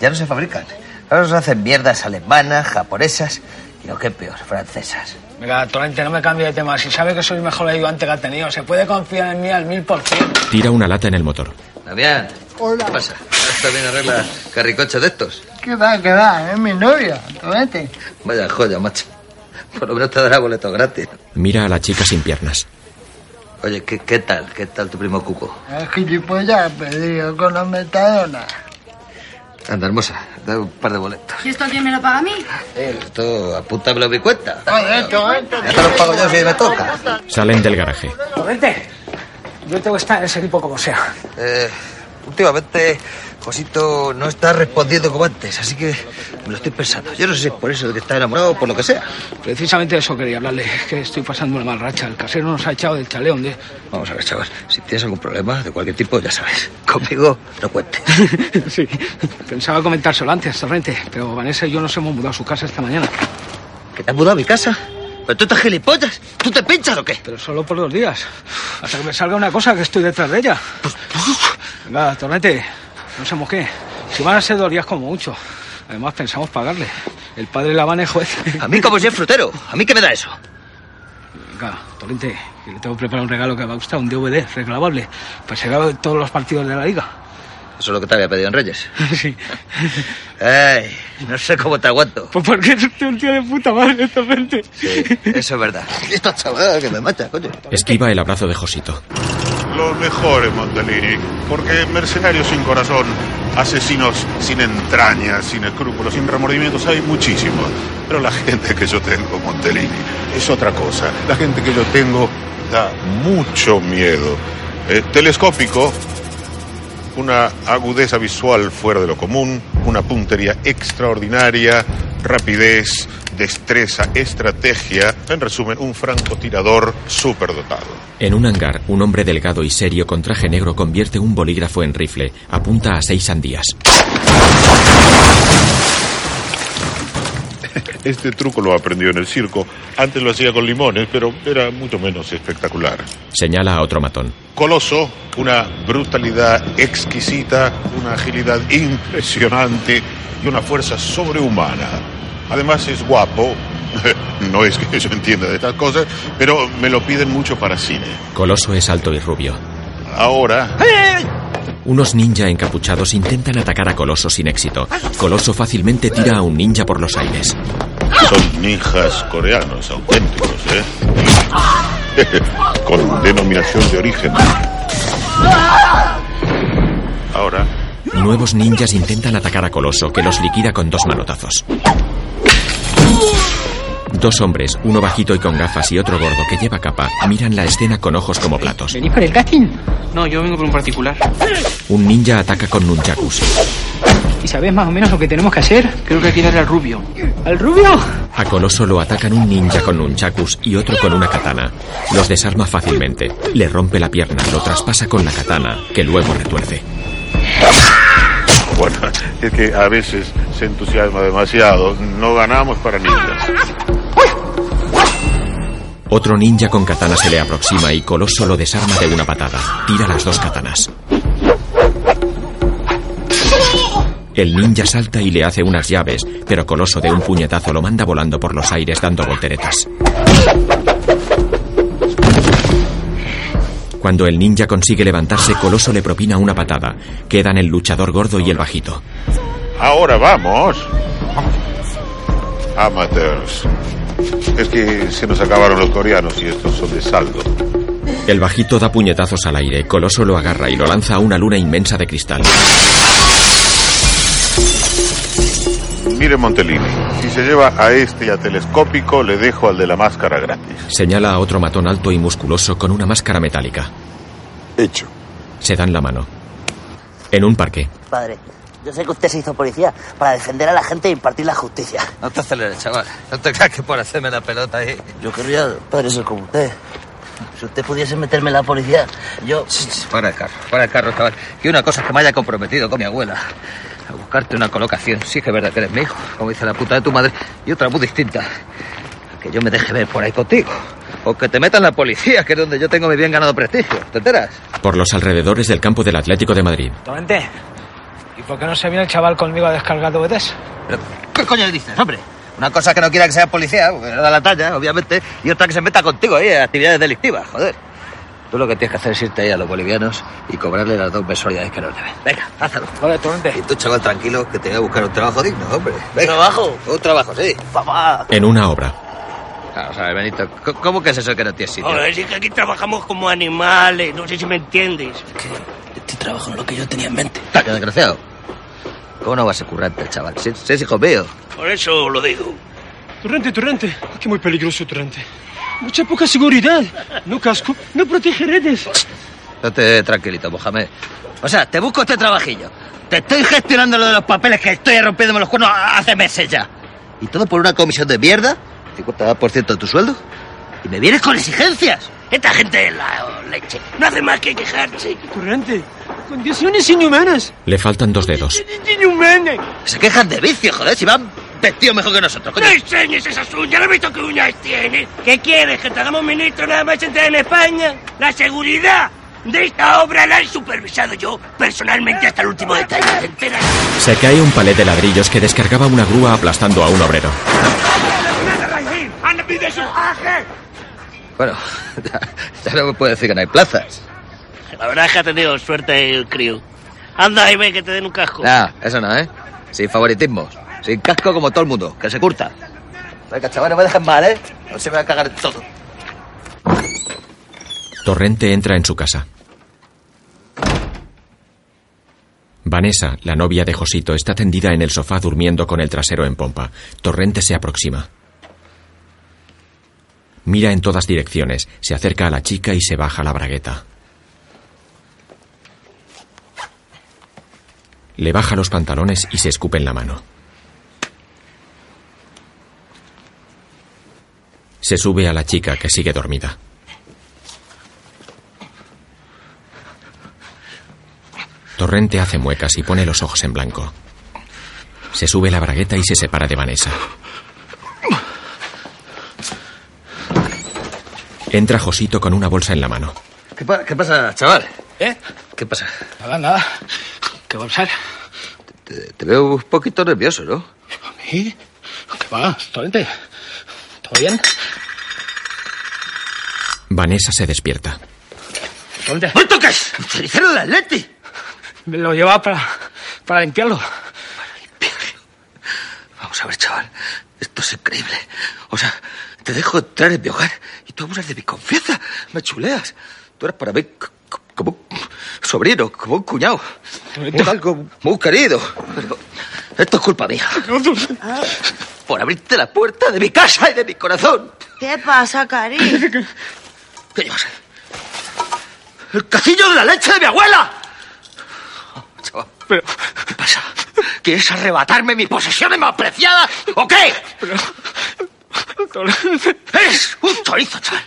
Speaker 8: ya no se fabrican. Ahora nos hacen mierdas alemanas, japonesas y lo que es peor, francesas.
Speaker 13: Venga, Torrente, no me cambie de tema. Si sabe que soy el mejor ayudante que ha tenido, se puede confiar en mí al mil por ciento.
Speaker 1: tira una lata en el motor.
Speaker 8: Damián, ¿qué pasa? ¿Estás también arregla carricoches de estos?
Speaker 2: ¿Qué va, qué va? Es mi novia, Torrente.
Speaker 8: Vaya joya, macho. Por lo menos te dará boleto gratis.
Speaker 1: Mira a la chica sin piernas.
Speaker 8: Oye, ¿qué, qué tal? ¿Qué tal tu primo Cuco?
Speaker 2: Es gilipollas
Speaker 18: pues,
Speaker 2: perdido con la metadona.
Speaker 8: Anda, hermosa, da un par de boletos.
Speaker 2: ¿Y esto quién me lo paga a mí?
Speaker 8: Esto, apúntamelo a mi cuenta.
Speaker 2: Joder, Torrente.
Speaker 8: Ya te lo pago yo si me toca.
Speaker 1: Salen del garaje.
Speaker 13: Torrente, yo tengo que estar en ese equipo como sea.
Speaker 8: Eh, últimamente, Josito no está respondiendo como antes, así que me lo estoy pensando. Yo no sé si es por eso de que está enamorado o por lo que sea.
Speaker 13: Precisamente de eso quería hablarle, es que estoy pasando una mal racha. El casero nos ha echado del chaleón de...
Speaker 8: Vamos a ver, chaval, si tienes algún problema de cualquier tipo, ya sabes. Conmigo, no cuentes.
Speaker 13: *laughs* sí, pensaba comentárselo antes, Torrente, pero Vanessa y yo nos hemos mudado a su casa esta mañana.
Speaker 8: ¿Que te has mudado a mi casa? ¿Pero tú estás gilipollas? ¿Tú te pinchas o qué?
Speaker 13: Pero solo por dos días. Hasta que me salga una cosa que estoy detrás de ella. Venga, Torrente, no sé qué. Si van a ser dos días como mucho. Además, pensamos pagarle. El padre la ¿eh? es juez.
Speaker 8: A mí como si es frutero. ¿A mí qué me da eso?
Speaker 13: Venga, Torrente, que le tengo preparado un regalo que me gusta, un DVD reclamable. Pues se graba todos los partidos de la liga.
Speaker 8: Eso es lo que te había pedido en Reyes.
Speaker 13: *laughs* Sí.
Speaker 8: Ay, no sé cómo te aguanto.
Speaker 13: Pues porque es usted un tío de puta madre, Torrente.
Speaker 8: Sí, eso es
Speaker 13: *laughs*
Speaker 8: verdad. Esta chavalada que me mata, coño.
Speaker 1: Esquiva el abrazo de Josito.
Speaker 22: Los mejores, Montalini, porque mercenarios sin corazón, asesinos sin entrañas, sin escrúpulos, sin remordimientos, hay muchísimos. Pero la gente que yo tengo, Montalini, es otra cosa. La gente que yo tengo da mucho miedo. Eh, telescópico, una agudeza visual fuera de lo común, una puntería extraordinaria, rapidez, destreza, estrategia, en resumen, un francotirador superdotado.
Speaker 1: En un hangar, un hombre delgado y serio con traje negro convierte un bolígrafo en rifle. Apunta a seis sandías.
Speaker 22: Este truco lo aprendió en el circo. Antes lo hacía con limones, pero era mucho menos espectacular.
Speaker 1: Señala a otro matón.
Speaker 22: Coloso, una brutalidad exquisita, una agilidad impresionante y una fuerza sobrehumana. Además es guapo. *laughs* No es que yo entienda de estas cosas, pero me lo piden mucho para cine.
Speaker 1: Coloso es alto y rubio.
Speaker 22: Ahora,
Speaker 1: Unos ninja encapuchados intentan atacar a Coloso sin éxito. Coloso fácilmente tira a un ninja por los aires.
Speaker 22: son ninjas coreanos auténticos, ¿eh? *laughs* Con denominación de origen. Ahora,
Speaker 1: Nuevos ninjas intentan atacar a Coloso, que los liquida con dos manotazos. Dos hombres, uno bajito y con gafas y otro gordo que lleva capa, miran la escena con ojos como platos.
Speaker 18: ¿Venís por el casting? No, yo vengo por un particular.
Speaker 1: Un ninja ataca con nunchakus.
Speaker 18: ¿Y sabes más o menos lo que tenemos que hacer? Creo que hay que darle al rubio. ¿Al rubio?
Speaker 1: A Coloso lo atacan un ninja con nunchakus y otro con una katana. Los desarma fácilmente, le rompe la pierna, lo traspasa con la katana, que luego retuerce.
Speaker 22: bueno, es que a veces se entusiasma demasiado. No ganamos para ninjas.
Speaker 1: Otro ninja con katana se le aproxima y Coloso lo desarma de una patada. Tira las dos katanas. El ninja salta y le hace unas llaves, pero Coloso de un puñetazo lo manda volando por los aires dando volteretas. Cuando el ninja consigue levantarse, Coloso le propina una patada. Quedan el luchador gordo y el bajito.
Speaker 22: Ahora vamos. Amateurs. Es que se nos acabaron los coreanos y estos son de saldo.
Speaker 1: El bajito da puñetazos al aire, Coloso lo agarra y lo lanza a una luna inmensa de cristal.
Speaker 22: Mire Montelini, si se lleva a este y a telescópico, le dejo al de la máscara gratis.
Speaker 1: Señala a otro matón alto y musculoso con una máscara metálica.
Speaker 22: Hecho.
Speaker 1: Se dan la mano. En un parque,
Speaker 12: Padre, yo sé que usted se hizo policía para defender a la gente e impartir la justicia.
Speaker 8: No te aceleres, chaval. No te creas que por hacerme la pelota ahí.
Speaker 12: Yo querría, padre, ser como usted. Si usted pudiese meterme en la policía, yo...
Speaker 8: Para el carro, para el carro, chaval. Y una cosa es que me haya comprometido con mi abuela. A buscarte una colocación. Sí que es verdad que eres mi hijo, como dice la puta de tu madre. Y otra muy distinta. A Que yo me deje ver por ahí contigo. O que te metan la policía, que es donde yo tengo mi bien ganado prestigio. ¿Te enteras?
Speaker 1: por los alrededores del campo del Atlético de Madrid.
Speaker 13: Torrente, ¿y por qué no se viene el chaval conmigo a descargar DVDs?
Speaker 8: ¿Qué coño dices, hombre? Una cosa es que no quiera que sea policía, porque no da la talla, obviamente, y otra que se meta contigo ahí en actividades delictivas, joder. Tú lo que tienes que hacer es irte ahí a los bolivianos y cobrarle las dos mensualidades que nos deben. Venga, házalo.
Speaker 13: Vale, Torrente.
Speaker 8: Y tú, chaval, tranquilo, que te voy a buscar un trabajo digno, hombre. Venga.
Speaker 12: ¿Trabajo?
Speaker 8: Un trabajo, sí.
Speaker 12: Papá.
Speaker 1: En una obra,
Speaker 8: Claro, o sea, Benito, ¿c- ¿cómo que es eso que no tienes sitio?
Speaker 12: Joder, sí que aquí trabajamos como animales, no sé si me entiendes.
Speaker 8: Este trabajo es lo que yo tenía en mente. Taca, desgraciado. ¿Cómo no vas a currarte, chaval? Si, si es hijo mío.
Speaker 12: Por eso lo digo.
Speaker 23: Torrente, torrente. Aquí muy peligroso, torrente. Mucha poca seguridad. No casco, no protege redes.
Speaker 8: No te tranquilito, Mohamed. O sea, te busco este trabajillo. Te estoy gestionando lo de los papeles que estoy rompiéndome los cuernos hace meses ya. ¿Y todo por una comisión de mierda? ¿50% de tu sueldo? ¿Y me vienes con exigencias?
Speaker 12: Esta gente es la leche. No hace más que quejarse.
Speaker 23: Torrente, condiciones inhumanas.
Speaker 1: le faltan dos dedos.
Speaker 23: Inhumanas.
Speaker 8: Se quejan de vicio, joder, si van vestidos mejor que nosotros, coño.
Speaker 12: No enseñes esas uñas, no he visto qué uñas tienes. ¿Qué quieres? ¿Que te hagamos ministro nada más entrar en España? La seguridad de esta obra la he supervisado yo personalmente hasta el último detalle. ¿Te enteras?
Speaker 1: Se cae un palet de ladrillos que descargaba una grúa aplastando a un obrero.
Speaker 8: Bueno, ya, ya no me puede decir que no hay plazas.
Speaker 12: La verdad es que ha tenido suerte el crío. Anda y ve que te den un casco.
Speaker 8: Ah, eso no, ¿eh? Sin favoritismos. Sin casco como todo el mundo, que se curta. Venga, chaval, no me dejes mal, ¿eh? No se me va a cagar todo.
Speaker 1: Torrente entra en su casa. Vanessa, la novia de Josito, está tendida en el sofá durmiendo con el trasero en pompa. Torrente se aproxima. Mira en todas direcciones, se acerca a la chica y se baja la bragueta. Le baja los pantalones y se escupe en la mano. Se sube a la chica que sigue dormida. Torrente hace muecas y pone los ojos en blanco. Se sube la bragueta y se separa de Vanessa. Entra Josito con una bolsa en la mano.
Speaker 8: ¿Qué, pa- qué pasa, chaval?
Speaker 13: ¿Eh?
Speaker 8: ¿Qué pasa?
Speaker 13: Nada, nada. ¿Qué va a pasar?
Speaker 8: Te, te veo un poquito nervioso, ¿no?
Speaker 13: ¿A mí? ¿Qué va? Torrente, ¿todo bien?
Speaker 1: Vanessa se despierta.
Speaker 13: Torrente.
Speaker 8: ¡No toques! ¡Cenicero del Atleti!
Speaker 13: Me lo llevaba para, para limpiarlo.
Speaker 8: Vamos a ver, chaval. Esto es increíble. O sea, te dejo entrar en mi hogar y tú abusas de mi confianza. Me chuleas. Tú eres para mí c- c- como un sobrino, como un cuñado. Un algo muy querido. Pero esto es culpa mía. Por abrirte la puerta de mi casa y de mi corazón.
Speaker 9: ¿Qué pasa,
Speaker 24: *laughs*
Speaker 9: Cari?
Speaker 8: ¿Qué llevas ahí? ¡El cacillo de la leche de mi abuela! Chaval, pero... ¿Qué pasa? ¿Quieres arrebatarme mis posesiones más preciadas o qué? ¡Eres un chorizo, chaval!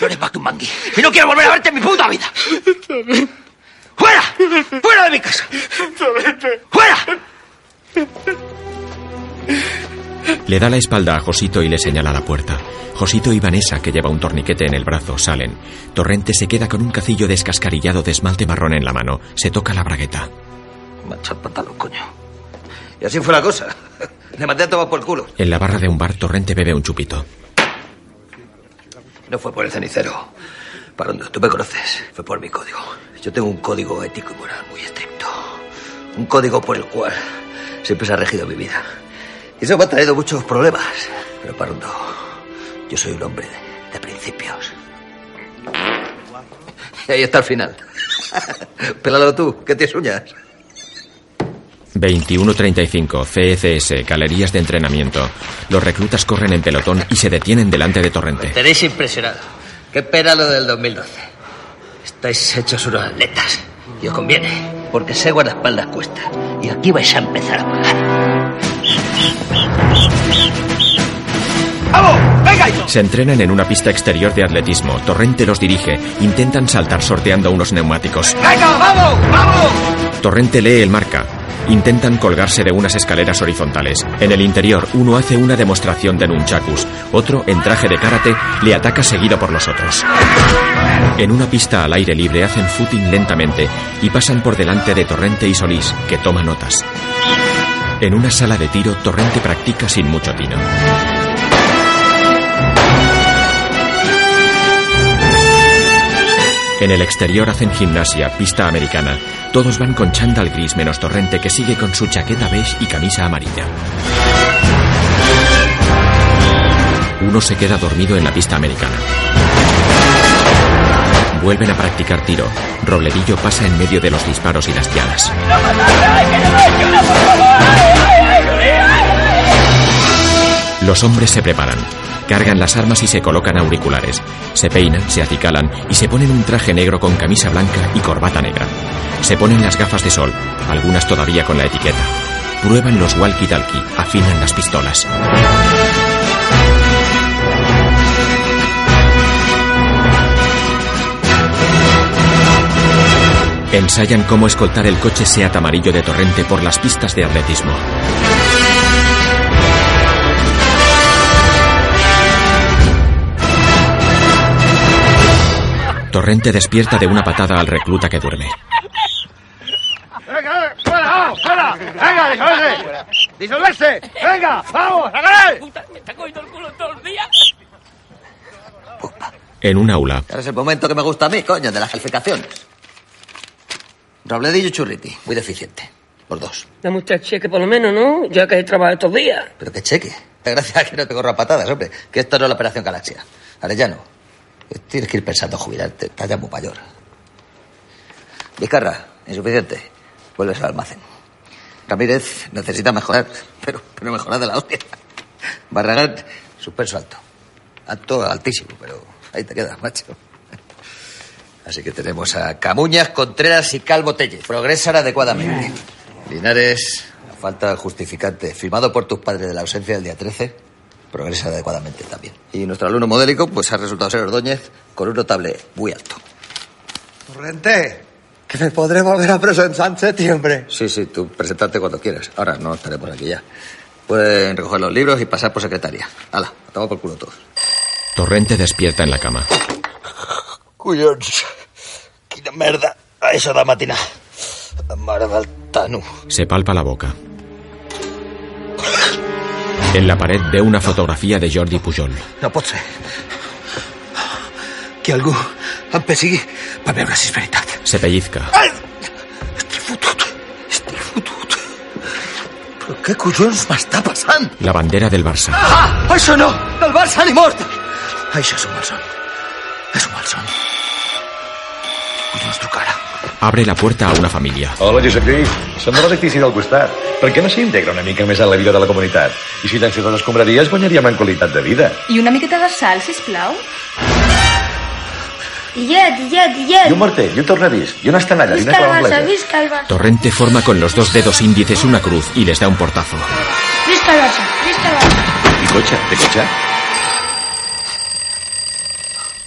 Speaker 8: No eres más que un mangui. Y no quiero volver a verte en mi puta vida. ¡Fuera! ¡Fuera de mi casa! ¡Fuera!
Speaker 1: Le da la espalda a Josito y le señala la puerta. Josito y Vanessa, que lleva un torniquete en el brazo, salen. Torrente se queda con un cacillo descascarillado de esmalte marrón en la mano. Se toca la bragueta.
Speaker 8: Mancha el pantalón, coño. Y así fue la cosa. *laughs* Le mandé a tomar por culo.
Speaker 1: En la barra de un bar, Torrente bebe un chupito.
Speaker 8: No fue por el cenicero. Parón, tú me conoces. Fue por mi código. Yo tengo un código ético y moral muy estricto. Un código por el cual Siempre se ha regido mi vida. Y eso me ha traído muchos problemas. Pero Pardo, yo soy un hombre de, de principios. Y ahí está el final. *laughs* Pélalo tú, que te uñas.
Speaker 1: 21.35, CFS, galerías de entrenamiento. Los reclutas corren en pelotón y se detienen delante de Torrente.
Speaker 8: Tenéis impresionado. Qué pena lo del 2012. Estáis hechos unos atletas. Y os conviene, porque sé guardaespaldas cuesta. Y aquí vais a empezar a pagar.
Speaker 1: ¡Vamos! ¡Venga! Se entrenan en una pista exterior de atletismo. Torrente los dirige. Intentan saltar sorteando unos neumáticos.
Speaker 10: ¡Venga, vamos! ¡Vamos!
Speaker 1: Torrente lee el marca. Intentan colgarse de unas escaleras horizontales. En el interior, uno hace una demostración de nunchakus. Otro, en traje de karate, le ataca seguido por los otros. En una pista al aire libre hacen footing lentamente y pasan por delante de Torrente y Solís, que toma notas. En una sala de tiro, Torrente practica sin mucho tino. En el exterior hacen gimnasia, pista americana. Todos van con chándal gris menos Torrente que sigue con su chaqueta beige y camisa amarilla. Uno se queda dormido en la pista americana. Vuelven a practicar tiro. Robledillo pasa en medio de los disparos y las tiaras. Los hombres se preparan. Cargan las armas y se colocan auriculares. Se peinan, se acicalan y se ponen un traje negro con camisa blanca y corbata negra. Se ponen las gafas de sol, algunas todavía con la etiqueta. Prueban los walkie-talkie, afinan las pistolas. Ensayan cómo escoltar el coche Seat amarillo de Torrente por las pistas de atletismo. Torrente despierta de una patada al recluta que duerme.
Speaker 10: ¡Venga, fuera, vamos, fuera! ¡Venga, disolverse! ¡Disolverse! ¡Venga, vamos, a ganar! ¡Me está el culo todo el día!
Speaker 1: En un aula,
Speaker 8: Ahora es el momento que me gusta a mí, coño, de las calificaciones. Robledillo y Churriti, muy deficiente. Los dos.
Speaker 14: La muchacha cheque por lo menos, ¿no? Ya que he trabajado estos días.
Speaker 8: Pero que cheque. La gracia es que no te corra patadas, hombre. Que esto no es la operación Galaxia. Arellano, Pues tienes que ir pensando en jubilarte. Estás ya muy mayor. Vizcarra, insuficiente. Vuelves al almacén. Ramírez necesita mejorar, *laughs* pero, pero mejorar de la hostia. Barragán, suspenso alto. Alto, altísimo, pero ahí te quedas, macho. Así que tenemos a Camuñas, Contreras y Calvo Tellez. Progresan adecuadamente. Linares, a falta de justificante, firmado por tus padres de la ausencia del día 13, progresa adecuadamente también. Y nuestro alumno modélico, pues ha resultado ser Ordóñez con un notable muy alto.
Speaker 25: Torrente, que me podré volver a presentar en septiembre.
Speaker 8: Sí, sí, tú presentarte cuando quieras. Ahora no estaremos aquí ya. Pueden recoger los libros y pasar por secretaria. Hala, estamos por culo todos.
Speaker 1: Torrente despierta en la cama.
Speaker 25: Collons, quina merda, això de matinar. La mare del Tano.
Speaker 1: Se palpa la boca. En la pared ve una fotografía de Jordi Pujol.
Speaker 25: No pot ser. Que algú em persigui per veure si és veritat.
Speaker 1: Se pellizca.
Speaker 25: Ai! Estic fotut. Estic fotut. Però què collons m'està passant?
Speaker 1: La bandera del Barça.
Speaker 25: Ah! Això no! Del Barça ni mort! Això és un malson. És un malson. Collons, trucarà.
Speaker 1: Abre la puerta a una familia.
Speaker 16: Hola, Josep Lluís. Som de la Rectici del costat. Per què no s'integra una mica més en la vida de la comunitat? I si llencés les escombraries, guanyaríem en qualitat de vida.
Speaker 24: I una miqueta de sal, sisplau. Llet, llet, llet.
Speaker 16: I un martell, i un tornavís, i una estanalla, i una
Speaker 24: Visca el
Speaker 16: clau
Speaker 24: Barça,
Speaker 16: anglesa.
Speaker 24: visca el Barça.
Speaker 1: Torrente forma con los dos dedos índices una cruz y les da un portazo.
Speaker 24: Visca el Barça, visca el Barça.
Speaker 16: I cotxe, té cotxe?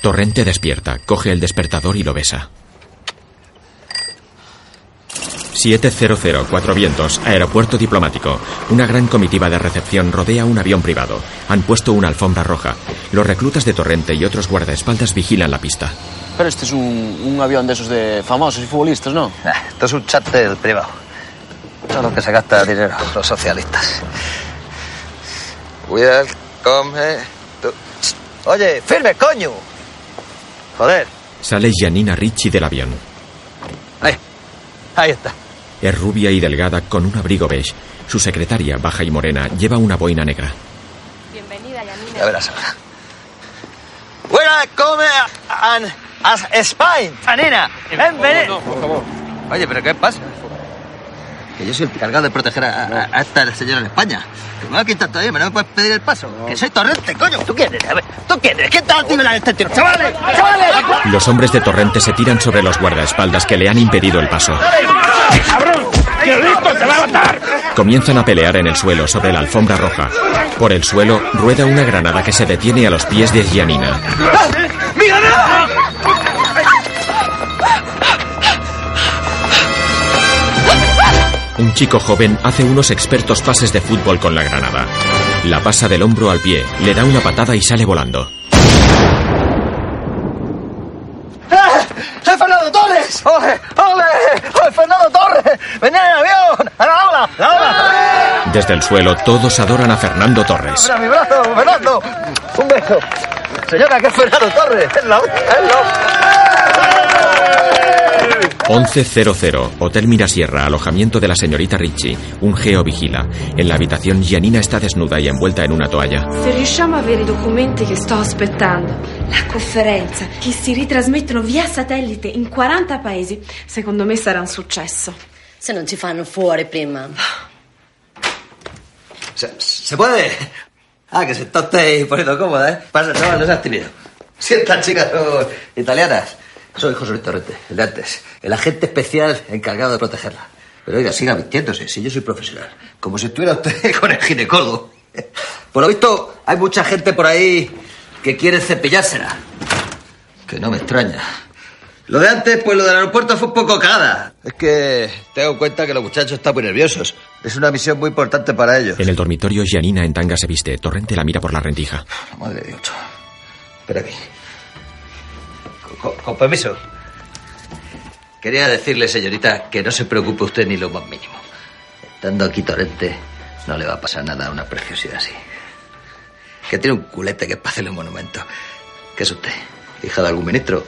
Speaker 1: Torrente despierta, coge el despertador y lo besa. 700, Cuatro Vientos, Aeropuerto Diplomático. Una gran comitiva de recepción rodea un avión privado. Han puesto una alfombra roja. Los reclutas de Torrente y otros guardaespaldas vigilan la pista.
Speaker 15: Pero este es un, un avión de esos de famosos y futbolistas, ¿no?
Speaker 8: Esto es un charter privado. Todo lo que se gasta dinero, los socialistas. Welcome. to- Oye, firme, coño. Joder.
Speaker 1: Sale Janina Ricci del avión.
Speaker 8: Ahí está.
Speaker 1: Es rubia y delgada con un abrigo beige. Su secretaria, baja y morena, lleva una boina negra.
Speaker 24: Bienvenida,
Speaker 1: Ya verás ahora.
Speaker 12: Buena come an as Spain, Ah, Anina. Ven, ven.
Speaker 8: por favor. Oye, ¿pero qué pasa? Que yo soy el encargado de proteger a, a- a esta señora en España. Que me va a quitar todavía, me no me puedes pedir el paso. Que soy torrente, coño. ¿Tú quién eres? A ver, ¿tú quién eres? ¿Qué tal tiene la de este tío? ¡Chavales! ¡Chavales!
Speaker 1: Los hombres de Torrente se tiran sobre los guardaespaldas que le han impedido el paso.
Speaker 10: ¡Cabrón! ¡Que listo te va a matar!
Speaker 1: Comienzan a pelear en el suelo sobre la alfombra roja. Por el suelo rueda una granada que se detiene a los pies de Gianina.
Speaker 12: Ah,
Speaker 10: ¡Mira, Ah.
Speaker 1: Un chico joven hace unos expertos pases de fútbol con la granada. La pasa del hombro al pie, le da una patada y sale volando.
Speaker 12: ¡Eh! ¡Eh, Fernando Torres! ¡Ole! ¡Ole! ¡Ole, Fernando Torres! ¡Venía en avión! ¡A la ola! ¡A la ola!
Speaker 1: Desde el suelo todos adoran a Fernando Torres.
Speaker 12: ¡Mira mi brazo, Fernando! ¡Un beso! Señora, que es Fernando Torres. Es la hostia, es la hostia.
Speaker 1: 11.00, Hotel Mirasierra, alojamiento de la señorita Ricci. Un geo vigila. En la habitación Gianina está desnuda y envuelta en una toalla.
Speaker 24: Se riusciamo a avere i documenti che sto aspettando, la conferenza, che si ritrasmettono via satellite in 40 paesi, secondo me sarà un successo.
Speaker 5: Se non ci fanno fuori prima.
Speaker 24: *sighs*
Speaker 12: ¿Se, se puede? Ah, que se está usted poniendo cómoda, ¿eh? Pasa, chaval, no seas tímido. Si estas chicas son italianas. Soy José Luis Torrente, el de antes. El agente especial encargado de protegerla. Pero oiga, siga mintiéndose, si yo soy profesional. Como si estuviera usted *laughs* con el ginecólogo. Por lo visto, hay mucha gente por ahí que quiere cepillársela. Que no me extraña. Lo de antes, pues lo del aeropuerto fue un poco cagada. Es que tengo en cuenta que los muchachos están muy nerviosos. Es una misión muy importante para ellos.
Speaker 1: En el dormitorio Gianina en tanga se viste. Torrente la mira por la rendija.
Speaker 12: Madre de Dios. Espera aquí. Con, con permiso.
Speaker 8: Quería decirle, señorita, que no se preocupe usted ni lo más mínimo. Estando aquí Torrente, no le va a pasar nada a una preciosidad así. Que tiene un culete que es para hacerle un monumento. ¿Qué es usted? ¿Hija de algún ministro?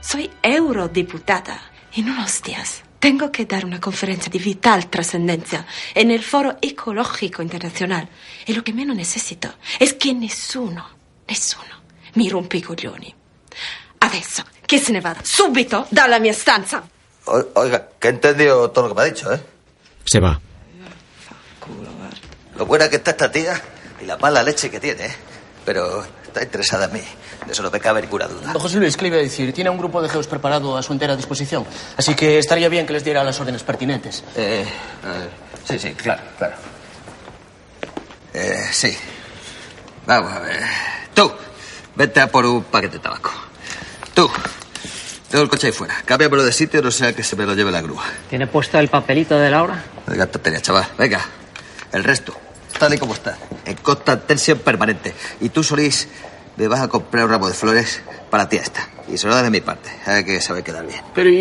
Speaker 24: Soy eurodiputata en unos días. Tengo que dar una conferencia de vital trascendencia en el Foro Ecológico Internacional. Y lo que menos necesito es que nessuno, nessuno mi rompe i coglioni. Adesso, que se ne vada subito dalla mia stanza.
Speaker 12: O- oiga, que he entendido todo lo que me ha dicho, ¿eh?
Speaker 1: Se va.
Speaker 12: Lo buena que está esta tía y la mala leche que tiene, ¿eh? Pero está interesada en mí. De eso no me cabe ninguna duda.
Speaker 7: Don José Luis, ¿qué le iba a decir? Tiene un grupo de geos preparado a su entera disposición. Así que estaría bien que les diera las órdenes pertinentes.
Speaker 12: Eh, sí, sí, claro, claro.
Speaker 8: Eh, sí. Vamos a ver. Tú, vete a por un paquete de tabaco. Tú, tengo el coche ahí fuera. Cámbiamelo de sitio, no sea que se me lo lleve la grúa.
Speaker 17: ¿Tiene puesto el papelito de Laura?
Speaker 8: Venga, tontería, chaval. Venga. El resto, tal y como está. En constante tensión permanente. Y tú, Solís, me vas a comprar un ramo de flores para ti esta. Y se lo das de mi parte. Hay que saber quedar bien.
Speaker 7: Pero ¿y,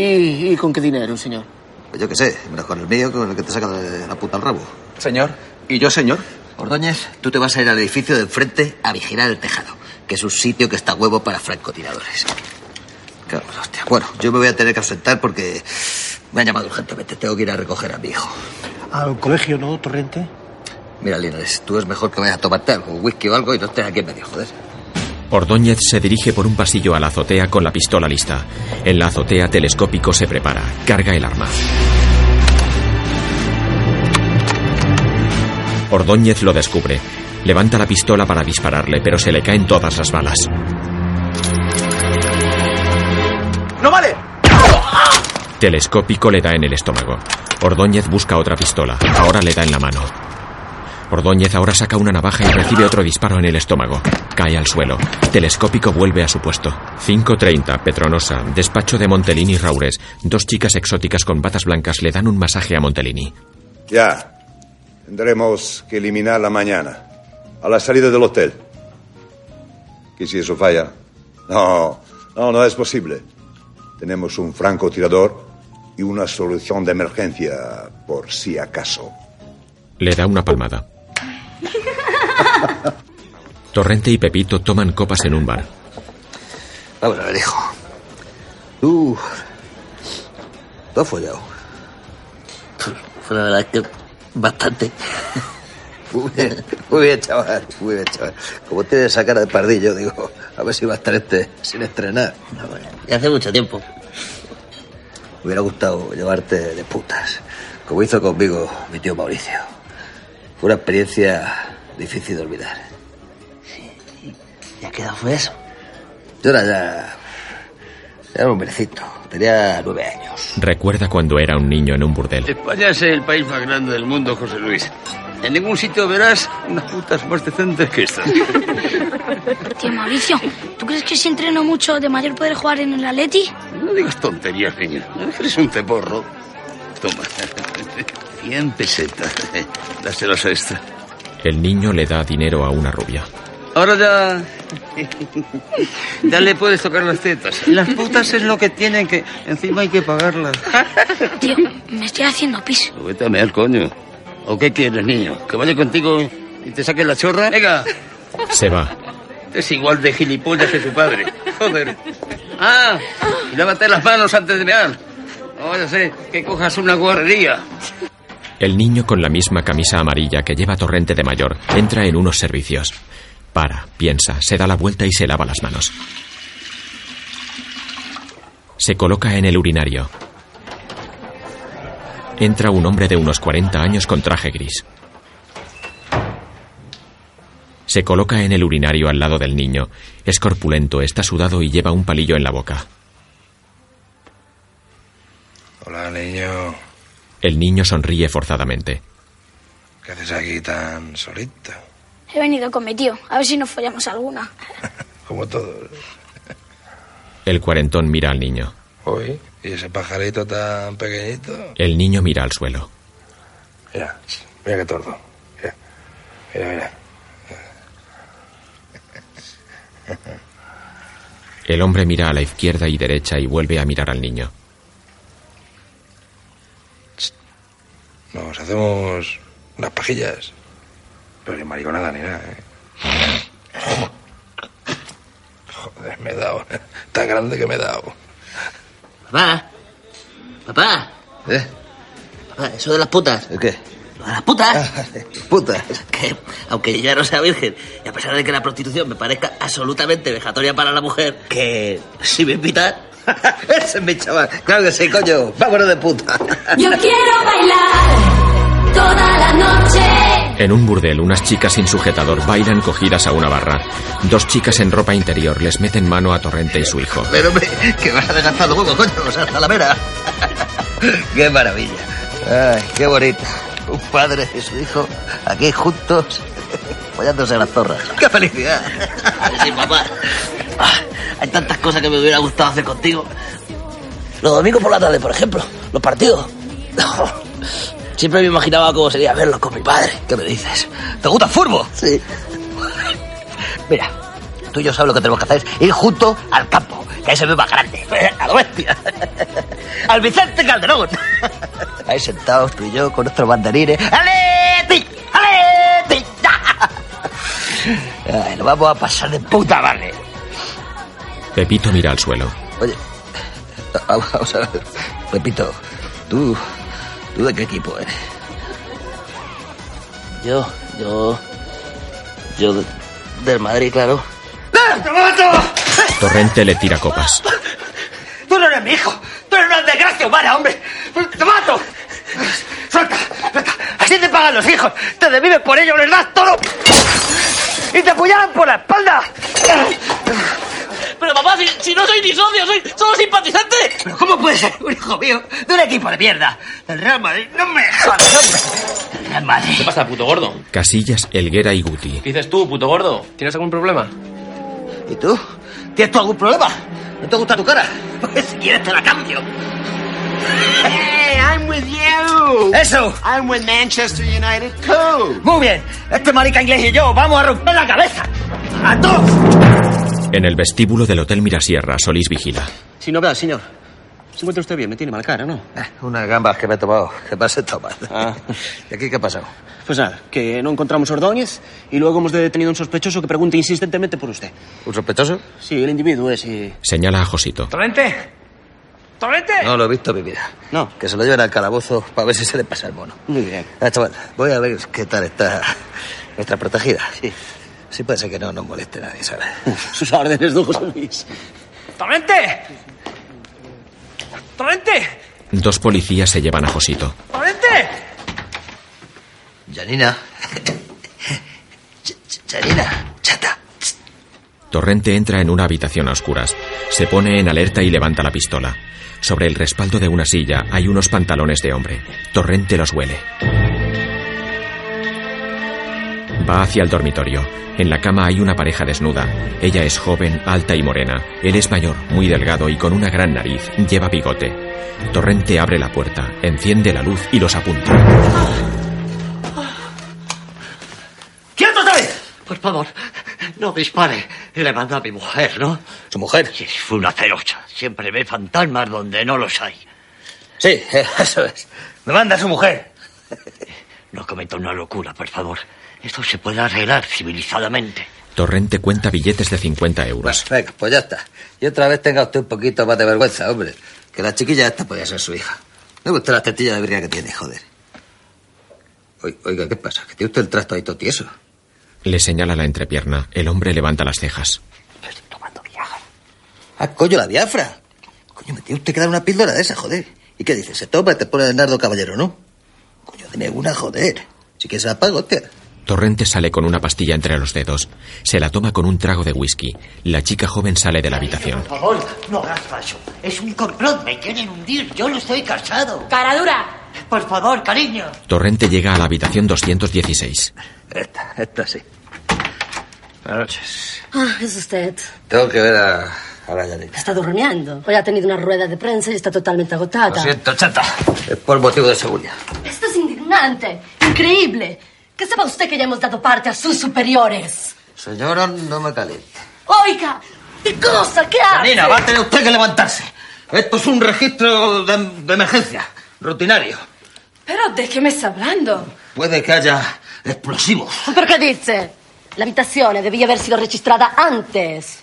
Speaker 7: y con qué dinero, señor?
Speaker 8: Pues yo qué sé, menos con el mío, con el que te saca de la puta al rabo. Señor. ¿Y yo, señor? Ordóñez, tú te vas a ir al edificio de enfrente a vigilar el tejado, que es un sitio que está a huevo para francotiradores. Claro, hostia. Bueno, yo me voy a tener que ausentar porque me han llamado urgentemente. Tengo que ir a recoger a mi hijo.
Speaker 7: Al colegio, ¿no, Torrente?
Speaker 8: Mira, Linares, tú es mejor que vayas a tomarte algo, un whisky o algo, y no estés aquí en medio, joder.
Speaker 1: Ordóñez se dirige por un pasillo a la azotea con la pistola lista. En la azotea telescópico se prepara. Carga el arma. Ordóñez lo descubre. Levanta la pistola para dispararle, pero se le caen todas las balas.
Speaker 12: ¡No vale!
Speaker 1: Telescópico le da en el estómago. Ordóñez busca otra pistola. Ahora le da en la mano. Ordóñez ahora saca una navaja y recibe otro disparo en el estómago. Cae al suelo. Telescópico vuelve a su puesto. 5.30, Petronosa, despacho de Montelini y Raures. Dos chicas exóticas con batas blancas le dan un masaje a Montelini.
Speaker 4: Ya. Tendremos que eliminarla mañana, a la salida del hotel. ¿Y si eso falla? No, no, no es posible. Tenemos un francotirador y una solución de emergencia, por si acaso.
Speaker 1: Le da una palmada. Torrente y Pepito toman copas en un bar.
Speaker 8: Vamos a ver, hijo.
Speaker 12: Tú. Tú has follado. Pues la verdad es que bastante.
Speaker 8: Muy bien, muy bien, chaval, muy bien, chaval. Como tiene esa cara de pardillo, digo, a ver si va a estar este sin estrenar. No, bueno,
Speaker 12: Y hace mucho tiempo.
Speaker 8: me hubiera gustado llevarte de putas, como hizo conmigo mi tío Mauricio. Fue una experiencia difícil de olvidar.
Speaker 12: ¿Ya qué edad fue eso?
Speaker 8: Yo era ya... Era un merecito, tenía nueve años.
Speaker 1: Recuerda cuando era un niño en un burdel.
Speaker 11: España es Pues el país más grande del mundo, José Luis. En ningún sitio verás unas putas más decentes que estas.
Speaker 6: Tío Mauricio, ¿tú crees que si entreno mucho de mayor poder jugar en el Atleti?
Speaker 11: No digas tonterías, niño. Eres un ceporro. Toma. *laughs* 100 pesetas. *laughs* Dáselas a esta.
Speaker 1: El niño le da dinero a una rubia.
Speaker 11: Ahora ya. *laughs* Ya le puedes tocar las tetas.
Speaker 20: Las putas es lo que tienen que. Encima hay que pagarlas.
Speaker 6: Tío, me estoy haciendo pis.
Speaker 11: Vete a mear, coño. ¿O qué quieres, niño? ¿Que vaya contigo y te saque la chorra? Venga.
Speaker 1: Se va.
Speaker 11: Es igual de gilipollas que su padre. Joder. Ah, y lávate las manos antes de mear. No vaya a ser que cojas una guarrería.
Speaker 1: El niño con la misma camisa amarilla que lleva Torrente de Mayor entra en unos servicios. Para, piensa, se da la vuelta y se lava las manos. Se coloca en el urinario. Entra un hombre de unos 40 años con traje gris. Se coloca en el urinario al lado del niño. Es corpulento, está sudado y lleva un palillo en la boca.
Speaker 21: Hola, niño.
Speaker 1: El niño sonríe forzadamente.
Speaker 21: ¿Qué haces aquí tan solito?
Speaker 6: He venido con mi tío, a ver si nos follamos alguna.
Speaker 21: Como todos.
Speaker 1: El cuarentón mira al niño.
Speaker 21: Hoy. ¿Y ese pajarito tan pequeñito?
Speaker 1: El niño mira al suelo.
Speaker 21: Mira, mira qué tordo. Mira, mira. mira.
Speaker 1: El hombre mira a la izquierda y derecha y vuelve a mirar al niño.
Speaker 21: Nos hacemos unas pajillas. Pero ni mariconada ni nada, ¿eh? Joder, me he dado. Tan grande que me he dado.
Speaker 12: Papá. Papá.
Speaker 8: ¿Eh?
Speaker 12: Papá, eso de las putas.
Speaker 8: ¿El qué?
Speaker 12: Lo de las
Speaker 11: *laughs*
Speaker 12: putas.
Speaker 8: Putas.
Speaker 12: que, aunque ya no sea virgen, y a pesar de que la prostitución me parezca absolutamente vejatoria para la mujer, que si me invitan.
Speaker 8: Ese es mi chaval. Claro que sí, coño. Vámonos de puta.
Speaker 26: Yo quiero bailar toda la noche.
Speaker 1: En un burdel, unas chicas sin sujetador bailan cogidas a una barra. Dos chicas en ropa interior les meten mano a Torrente y su hijo.
Speaker 8: Pero hombre, que vas a desgastar los huevos, coño. O sea, hasta la vera. *laughs* qué maravilla. Ay, qué bonita. Un padre y su hijo aquí juntos, *laughs* follándose a las zorras. ¡Qué felicidad!
Speaker 12: Sí, papá. Ah, Hay tantas cosas que me hubiera gustado hacer contigo. Los domingos por la tarde, por ejemplo, los partidos. *laughs* Siempre me imaginaba cómo sería verlos con mi padre. ¿Qué me dices? ¿Te gusta Furbo? Sí. Mira,
Speaker 8: Tú y yo sabes lo que tenemos que hacer. Ir juntos al campo, que ese es más grande. *laughs* *laughs* A la bestia.
Speaker 12: al Vicente Calderón.
Speaker 8: Ahí sentados tú y yo con nuestros banderines.
Speaker 12: ¡Aleti! ¡Aleti!
Speaker 8: Ay, lo vamos a pasar de puta madre.
Speaker 1: Pepito mira al suelo.
Speaker 8: Oye, a- a- vamos a ver. Repito, tú. ¿Tú de qué equipo eres?
Speaker 12: Yo, yo. Yo de- del Madrid, claro.
Speaker 10: ¡Te mato!
Speaker 1: Torrente le tira copas.
Speaker 10: ¡Tú no eres mi hijo! ¡Tú eres una desgracia humana, hombre! ¡Te mato! ¡Suelta! ¡Suelta! ¡Así te pagan los hijos! ¡Te desvives por ello, ¿verdad, toro! ¡Y te apuñalan por la espalda!
Speaker 20: Pero papá, si, si no soy ni socio, soy solo simpatizante.
Speaker 12: ¿Pero cómo puede ser un hijo mío de un equipo de mierda? El Real Madrid. No me jodas, hombre. El Real Madrid.
Speaker 27: ¿Qué pasa, puto gordo?
Speaker 1: Casillas, Elguera y Guti.
Speaker 27: ¿Qué dices tú, puto gordo? ¿Tienes algún problema?
Speaker 12: ¿Y tú? ¿Tienes tú algún problema? ¿No te gusta tu cara? Pues si quieres te la cambio.
Speaker 28: Hey, I'm with you.
Speaker 12: Eso.
Speaker 28: I'm with Manchester United too.
Speaker 12: Muy bien. Este marica inglés y yo vamos a romper la cabeza. ¡A todos!
Speaker 1: En el vestíbulo del Hotel Mirasierra, Solís vigila.
Speaker 15: Sin novedad, señor. ¿Se encuentra usted bien? Me tiene mal cara, ¿no?
Speaker 8: Ah, Unas gambas que me he tomado, que me has tomado.
Speaker 12: Ah.
Speaker 8: *laughs* ¿Y aquí qué ha pasado?
Speaker 15: Pues nada, que no encontramos a Ordóñez y luego hemos detenido a un sospechoso que pregunta insistentemente por usted.
Speaker 8: ¿Un sospechoso?
Speaker 15: eh. Sí, el individuo es y...
Speaker 1: Señala a Josito.
Speaker 15: ¡Torrente!
Speaker 16: ¡Torrente!
Speaker 12: Eh.
Speaker 8: No lo he visto en mi vida. No. Que se lo lleven al calabozo para ver si se le pasa el mono.
Speaker 12: Muy bien.
Speaker 8: Ah, chaval, voy a ver qué tal está nuestra protegida. Sí. Sí puede ser que no nos moleste nadie, ¿sabes?
Speaker 12: *laughs* Sus órdenes, don José Luis.
Speaker 16: ¡Torrente! ¡Torrente!
Speaker 1: Dos policías se llevan a Josito.
Speaker 16: ¡Torrente!
Speaker 12: *laughs*
Speaker 8: Janina. Janina.
Speaker 1: Torrente entra en una habitación a oscuras. Se pone en alerta y levanta la pistola. Sobre el respaldo de una silla hay unos pantalones de hombre. Torrente los huele. Va hacia el dormitorio. En la cama hay una pareja desnuda. Ella es joven, alta y morena. Él es mayor, muy delgado y con una gran nariz. Lleva bigote. Torrente abre la puerta, enciende la luz y los apunta.
Speaker 12: ¡Quieto otra vez! Por favor, no dispare. Le mandó a mi mujer, ¿no?
Speaker 8: ¿Su mujer?
Speaker 12: Sí, fue una celosa. Siempre ve fantasmas donde no los hay. *laughs*
Speaker 8: Sí, eso es. Me manda su mujer.
Speaker 12: No cometa una locura, por favor. Esto se puede arreglar civilizadamente.
Speaker 1: Torrente cuenta billetes de 50 euros.
Speaker 8: Venga, pues ya está. Y otra vez tenga usted un poquito más de vergüenza, hombre. Que la chiquilla esta podía ser su hija. Me gusta la tetilla de verga que tiene, joder. Oi- Oiga, ¿qué pasa? Que tiene usted el trasto ahí todo tieso.
Speaker 1: Le señala la entrepierna. El hombre levanta las cejas.
Speaker 8: Ah, coño, la Biafra. Coño, me tiene usted que dar una píldora de esa, joder. ¿Y qué dice? Se toma y te pone el nardo caballero, ¿no? Coño, deme una, joder. Si quieres la pago, hostia.
Speaker 1: Torrente sale con una pastilla entre los dedos. Se la toma con un trago de whisky. La chica joven sale de la habitación.
Speaker 12: Por favor, no hagas falso. Es un complot, me quieren hundir. Yo no estoy casado.
Speaker 29: ¡Cara dura!
Speaker 12: Por favor, cariño.
Speaker 1: Torrente llega a la habitación 216.
Speaker 8: Esta, esta sí. Buenas noches.
Speaker 19: Ah, es usted.
Speaker 8: Tengo que ver a, a la Yanina.
Speaker 19: Está durmiendo. Hoy ha tenido una rueda de prensa y está totalmente agotada.
Speaker 8: Lo siento, chata. Es por motivo de seguridad.
Speaker 19: Esto es indignante, increíble. Que sepa usted que ya hemos dado parte a sus superiores.
Speaker 8: Señora, no me caliente.
Speaker 19: Oiga, ¿qué cosa? ¿Qué hace?
Speaker 8: Yanina, va a tener usted que levantarse. Esto es un registro de, de emergencia, rutinario.
Speaker 30: Pero de qué me está hablando?
Speaker 8: Puede que haya explosivos.
Speaker 19: Perché dice? L'abitazione devi aver sido registrata antes.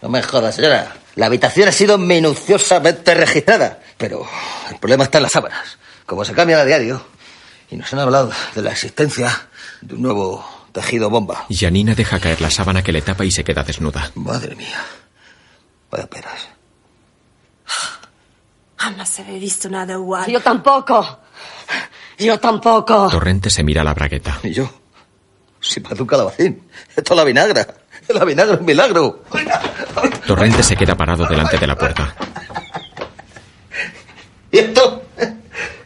Speaker 8: No me jodas, señora. La habitación ha sido minuciosamente registrada, pero el problema está en las sábanas. Como se cambian a diario, y nos han hablado de la existencia de un nuevo tejido bomba.
Speaker 1: Janina deja caer la sábana que le tapa y se queda desnuda.
Speaker 8: Madre mía. Vaya peras.
Speaker 19: Ah,
Speaker 30: Jamás he visto nada igual.
Speaker 19: Io tampoco. Io tampoco.
Speaker 1: Torrente se mira la bragueta.
Speaker 8: ¿Y yo? Si me hace un calabacín. Esto es la vinagra. La vinagra es un milagro.
Speaker 1: Torrente se queda parado delante de la puerta.
Speaker 8: ¿Y esto?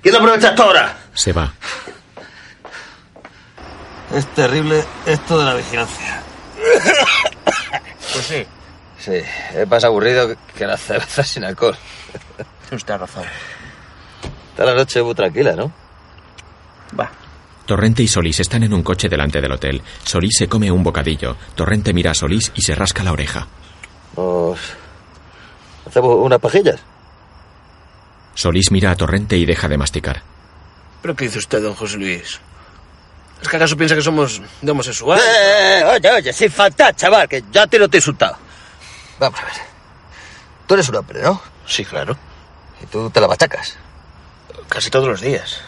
Speaker 8: ¿Quién lo aprovecha hasta ahora?
Speaker 1: Se va.
Speaker 8: Es terrible Este, esto de la vigilancia. *laughs*
Speaker 31: Pues sí.
Speaker 8: Sí, es más aburrido que la cerveza sin alcohol.
Speaker 31: Usted ha razón.
Speaker 8: Está la noche muy tranquila, ¿no?
Speaker 1: Torrente y Solís están en un coche delante del hotel. Solís se come un bocadillo. Torrente mira a Solís y se rasca la oreja.
Speaker 8: Nos... ¿Hacemos unas pajillas?
Speaker 1: Solís mira a Torrente y deja de masticar.
Speaker 7: ¿Pero qué dice usted, don José Luis? ¿Es que acaso piensa que somos de homosexuales?
Speaker 8: Eh, eh, oye, oye, sin faltar, chaval, que ya te lo te he insultado. Vamos a ver. Tú eres un hombre, ¿no?
Speaker 7: Sí, claro.
Speaker 8: Y tú te la machacas.
Speaker 7: Casi todos los días.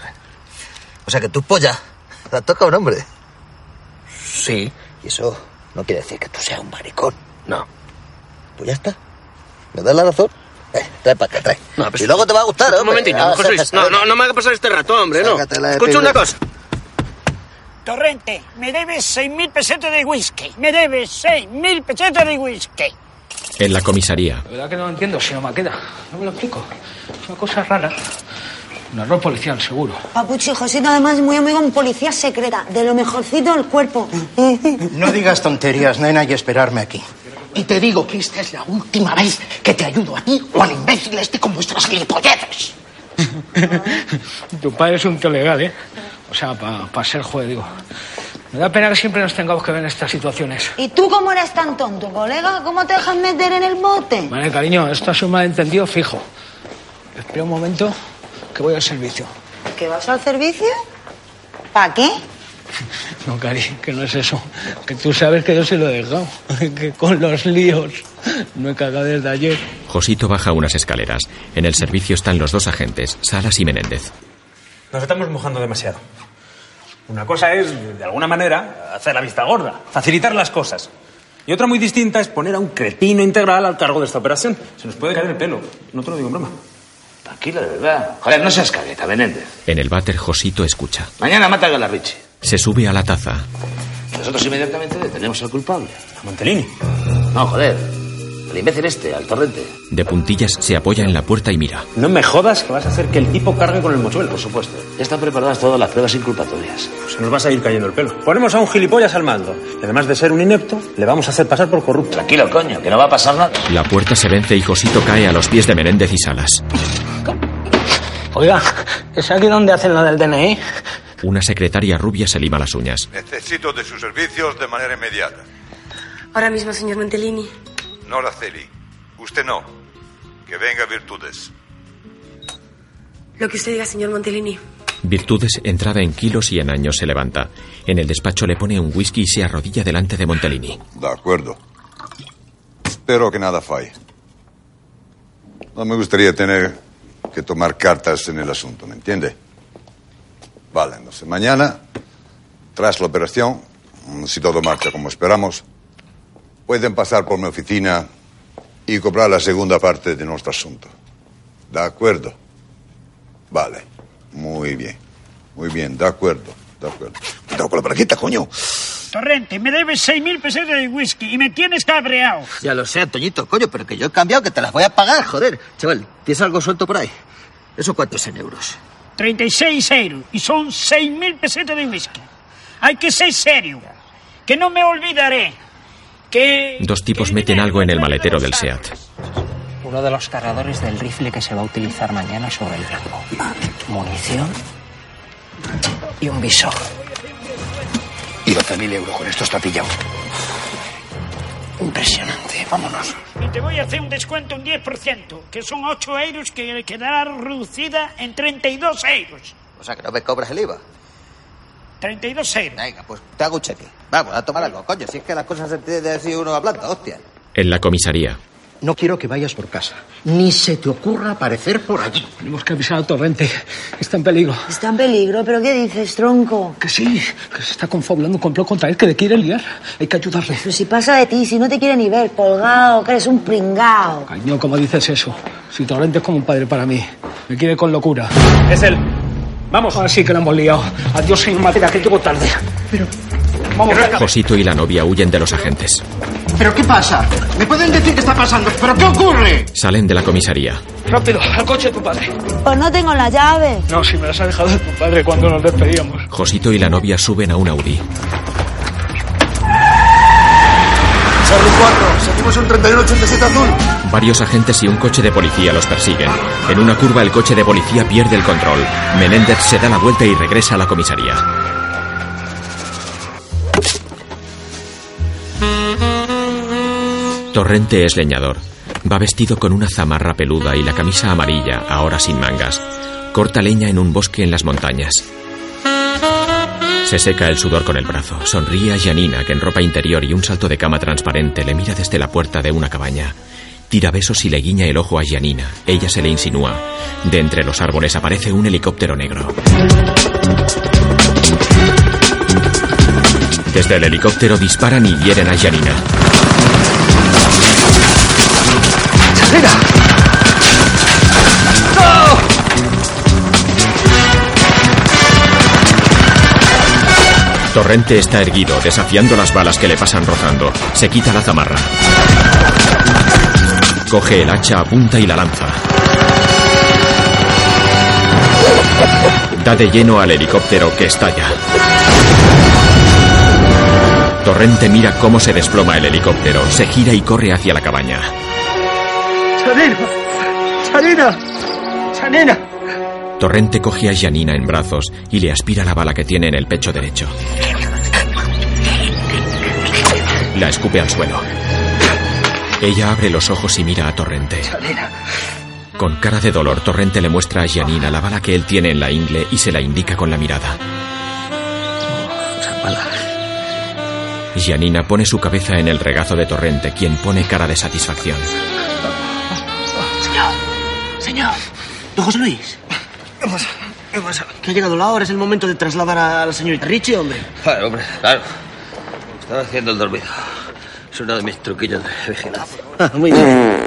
Speaker 8: O sea que tu polla la toca un hombre.
Speaker 7: Sí.
Speaker 8: Y eso no quiere decir que tú seas un maricón.
Speaker 7: No.
Speaker 8: Pues ya está. ¿Me das la razón? Eh, trae para acá, trae.
Speaker 7: No, pues-
Speaker 8: y luego te va a gustar,
Speaker 7: Un
Speaker 8: hombre.
Speaker 7: momentito,
Speaker 8: Ah,
Speaker 7: don José Luis.
Speaker 8: sácate-
Speaker 7: No, no, no me haga pasar este rato, hombre, no.
Speaker 8: Sácatela de
Speaker 7: Escucha
Speaker 8: pibes.
Speaker 7: una cosa.
Speaker 13: Torrente, me debes 6.000 pesetas de whisky. Me debes 6.000 pesetas de whisky.
Speaker 1: En la comisaría,
Speaker 13: La verdad que no lo entiendo, señor Maqueda. No me lo explico. Es una cosa rara. Un error policial, seguro.
Speaker 9: Papuchi, Josito además es muy amigo de un policía secreta, de lo mejorcito del cuerpo.
Speaker 32: No digas tonterías, nena, y esperarme aquí. Y te digo que esta es la última vez que te ayudo a ti o al imbécil este con
Speaker 29: *laughs*
Speaker 32: vuestras gilipolleces.
Speaker 13: Tu padre es un tío legal, ¿eh? O sea, para ser juez, digo. Me da pena que siempre nos tengamos que ver en estas situaciones.
Speaker 9: ¿Y tú cómo eres tan tonto, colega? ¿Cómo te dejas meter en el bote?
Speaker 13: Vale, cariño, esto es un malentendido fijo. Espera un momento que voy al servicio.
Speaker 9: ¿Que vas al servicio? ¿Para qué?
Speaker 13: No, Cari, que no es eso. *laughs* Que tú sabes que yo se lo he dejado. Que con los líos no he cagado desde ayer.
Speaker 1: Josito baja unas escaleras. En el servicio están los dos agentes, Salas y Menéndez.
Speaker 5: Nos estamos mojando demasiado. Una cosa es, de alguna manera, hacer la vista gorda, facilitar las cosas. Y otra muy distinta es poner a un cretino integral al cargo de esta operación. Se nos puede caer el pelo. No te lo digo en broma.
Speaker 6: Tranquilo, de verdad. Joder, no seas cagueta, Benéndez.
Speaker 1: En el váter, Josito escucha.
Speaker 6: Mañana mata a Galarriche.
Speaker 1: Se sube a la taza.
Speaker 6: Nosotros inmediatamente detenemos al culpable.
Speaker 5: A Montelini.
Speaker 6: No, joder. El imbécil este, al torrente.
Speaker 1: De puntillas se apoya en la puerta y mira.
Speaker 5: No me jodas que vas a hacer que el tipo cargue con el mochuelo.
Speaker 6: Por supuesto. Ya están preparadas todas las pruebas inculpatorias.
Speaker 5: Pues se nos va a seguir cayendo el pelo. Ponemos a un gilipollas al mando. Y además de ser un inepto, le vamos a hacer pasar por corrupto.
Speaker 6: Tranquilo, coño, que no va a pasar nada.
Speaker 1: La puerta se vence y Josito cae a los pies de Menéndez y Salas.
Speaker 13: Oiga, ¿es aquí donde hacen la del DNI?
Speaker 1: Una secretaria rubia se lima las uñas.
Speaker 4: Necesito de sus servicios de manera inmediata.
Speaker 19: Ahora mismo, señor Montelini.
Speaker 4: Nora Celi, usted no. Que venga Virtudes.
Speaker 19: Lo que usted diga, señor Montelini.
Speaker 1: Virtudes, entrada en kilos y en años, se levanta. En el despacho le pone un whisky y se arrodilla delante de Montelini.
Speaker 4: De acuerdo. Espero que nada falle. No me gustaría tener que tomar cartas en el asunto, ¿me entiende? Vale, entonces mañana, tras la operación, si todo marcha como esperamos, pueden pasar por mi oficina y cobrar la segunda parte de nuestro asunto. ¿De acuerdo? Vale. Muy bien. Muy bien, de acuerdo. De acuerdo. Cuidado con la braqueta, coño.
Speaker 16: Torrente, me debes 6.000 pesetas de whisky y me tienes cabreado.
Speaker 8: Ya lo sé, Toñito, coño, pero que yo he cambiado, que te las voy a pagar, joder. Chaval, ¿tienes algo suelto por ahí? ¿Eso cuánto es en euros?
Speaker 16: 36 euros y son 6.000 pesetas de whisky. Hay que ser serio, que no me olvidaré. Que...
Speaker 1: Dos tipos meten algo en el maletero del SEAT.
Speaker 33: Uno de los cargadores del rifle que se va a utilizar mañana sobre el campo. Munición y un visor.
Speaker 6: Y 12.000 euros con esto está pillado. Impresionante, vámonos.
Speaker 16: Y te voy a hacer un descuento un 10%, que son 8 euros que quedará reducida en 32 euros.
Speaker 8: O sea, que no me cobras el IVA.
Speaker 16: 32 euros.
Speaker 8: Venga, pues te hago un cheque. Vamos, a tomar algo, coño. Si es que las cosas se entienden así uno a planta, hostia.
Speaker 1: En la comisaría.
Speaker 12: No quiero que vayas por casa. Ni se te ocurra aparecer por allí.
Speaker 13: Tenemos que avisar al torrente. Está en peligro.
Speaker 9: Está en peligro, pero ¿qué dices, tronco?
Speaker 13: Que sí, que se está confabulando un complot contra él, que le quiere liar. Hay que ayudarle.
Speaker 9: Pero si pasa de ti, si no te quiere ni ver, colgado, que eres un pringao.
Speaker 13: Caño, ¿cómo dices eso? Si torrente es como un padre para mí. Me quiere con locura.
Speaker 5: Es él. Vamos.
Speaker 13: Ahora sí que la hemos liado. Adiós, señor Matera, que llego tarde. Pero... Vamos, venga.
Speaker 1: Josito y la novia huyen de los agentes.
Speaker 12: ¿Pero qué pasa? ¿Me pueden decir qué está pasando? ¿Pero qué ocurre?
Speaker 1: Salen de la comisaría.
Speaker 13: Rápido, al coche de tu padre.
Speaker 9: Pues no tengo la llave.
Speaker 13: No, si me las ha dejado tu padre cuando nos despedíamos.
Speaker 1: Josito y la novia suben a un Audi.
Speaker 6: Charlie 4, seguimos un 3187 azul.
Speaker 1: Varios agentes y un coche de policía los persiguen. En una curva el coche de policía pierde el control. Menéndez se da la vuelta y regresa a la comisaría. Torrente es leñador. Va vestido con una zamarra peluda y la camisa amarilla, ahora sin mangas. Corta leña en un bosque en las montañas. Se seca el sudor con el brazo. Sonríe a Janina, que en ropa interior y un salto de cama transparente le mira desde la puerta de una cabaña. Tira besos y le guiña el ojo a Janina. Ella se le insinúa. De entre los árboles aparece un helicóptero negro. Desde el helicóptero disparan y hieren a Janina.
Speaker 12: ¡Mira!
Speaker 1: Torrente está erguido, desafiando las balas que le pasan rozando. Se quita la zamarra. Coge el hacha, apunta y la lanza. Da de lleno al helicóptero que estalla. Torrente mira cómo se desploma el helicóptero, se gira y corre hacia la cabaña.
Speaker 34: ¡Janina! ¡Janina! ¡Janina!
Speaker 1: Torrente coge a Janina en brazos y le aspira la bala que tiene en el pecho derecho. La escupe al suelo. Ella abre los ojos y mira a Torrente. Con cara de dolor, Torrente le muestra a Janina la bala que él tiene en la ingle y se la indica con la mirada. Janina pone su cabeza en el regazo de Torrente, quien pone cara de satisfacción.
Speaker 7: Don José Luis.
Speaker 35: ¿Qué pasa? ¿Qué pasa?
Speaker 7: Que ha llegado la hora, es el momento de trasladar a la señorita Richie, hombre.
Speaker 8: Claro, hombre, claro. Estaba haciendo el dormido. Es uno de mis truquillos de vigilancia.
Speaker 7: Muy bien.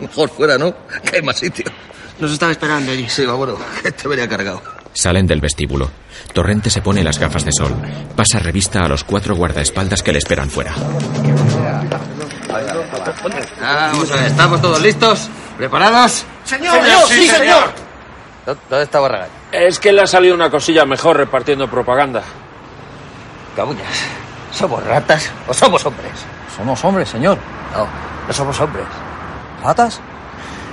Speaker 8: Mejor fuera, ¿no? Que hay más sitio.
Speaker 7: Nos estaba esperando allí.
Speaker 8: Sí, vámonos. que Este venía cargado.
Speaker 1: Salen del vestíbulo. Torrente se pone las gafas de sol. Pasa revista a los cuatro guardaespaldas que le esperan fuera.
Speaker 8: Vamos a ver, ¿estamos todos listos? ¿Preparados?
Speaker 12: Señor, Señor, sí, sí, señor.
Speaker 8: ¿Dónde está Barragán?
Speaker 36: Es que le ha salido una cosilla mejor repartiendo propaganda.
Speaker 8: Cabullas, ¿somos ratas o somos hombres?
Speaker 37: Somos hombres, señor.
Speaker 8: No, no somos hombres. ¿Ratas?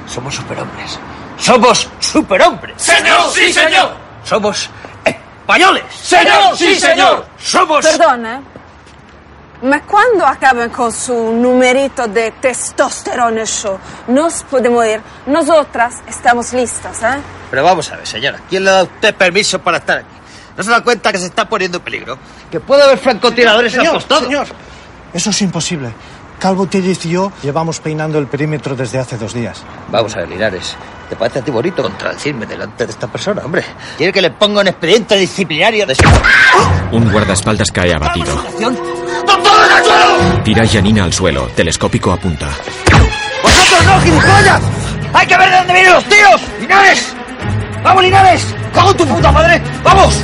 Speaker 8: Somos superhombres. ¡Somos superhombres!
Speaker 12: Señor, sí, señor.
Speaker 8: ¡Somos españoles!
Speaker 12: Señor, sí, señor.
Speaker 8: ¡Somos...
Speaker 19: Perdona. eh. Ma quando acaban con su numerito de testosterone show, nos podemos ir. Nosotras estamos listas, ¿eh?
Speaker 8: Pero vamos a ver, señora, ¿quién le da a usted permiso para estar aquí? ¿No se da cuenta que se está poniendo en peligro? ¿Que puede haber francotiradores
Speaker 35: Señor,
Speaker 8: apostados?
Speaker 35: señor.
Speaker 5: Eso es imposible. Calvo Tellez y yo llevamos peinando el perímetro desde hace dos días.
Speaker 8: Vamos a ver, Linares. ¿Te parece a ti bonito contradecirme delante de esta persona, hombre? Quiere que le ponga un expediente disciplinario de...
Speaker 1: Un guardaespaldas cae abatido.
Speaker 12: ¡Doctor, en el suelo!
Speaker 1: Tira a Janina al suelo. Telescópico apunta.
Speaker 12: ¡Vosotros no, gilipollas! ¡Hay que ver de dónde vienen los tiros! ¡Linares! ¡Vamos, Linares! ¡Cago en tu puta madre! ¡Vamos!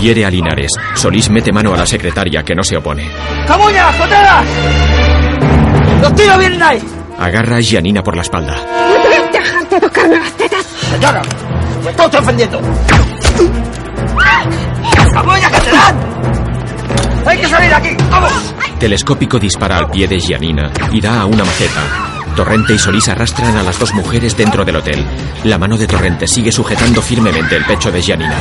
Speaker 1: Hiere a Linares. Solís mete mano a la secretaria que no se opone.
Speaker 12: ¡Camuñas, coteras! ¡Los tiros vienen ahí!
Speaker 1: Agarra a Janina por la espalda.
Speaker 12: ¡Dejarte de tocarme las tetas! ¡Señora! ¡Me estoy ofendiendo! ¡Camuñas, que te dan! ¡Hay que salir de aquí! ¡Vamos!
Speaker 1: Telescópico dispara al pie de Gianina y da a una maceta. Torrente y Solís arrastran a las dos mujeres dentro del hotel. La mano de Torrente sigue sujetando firmemente el pecho de Gianina.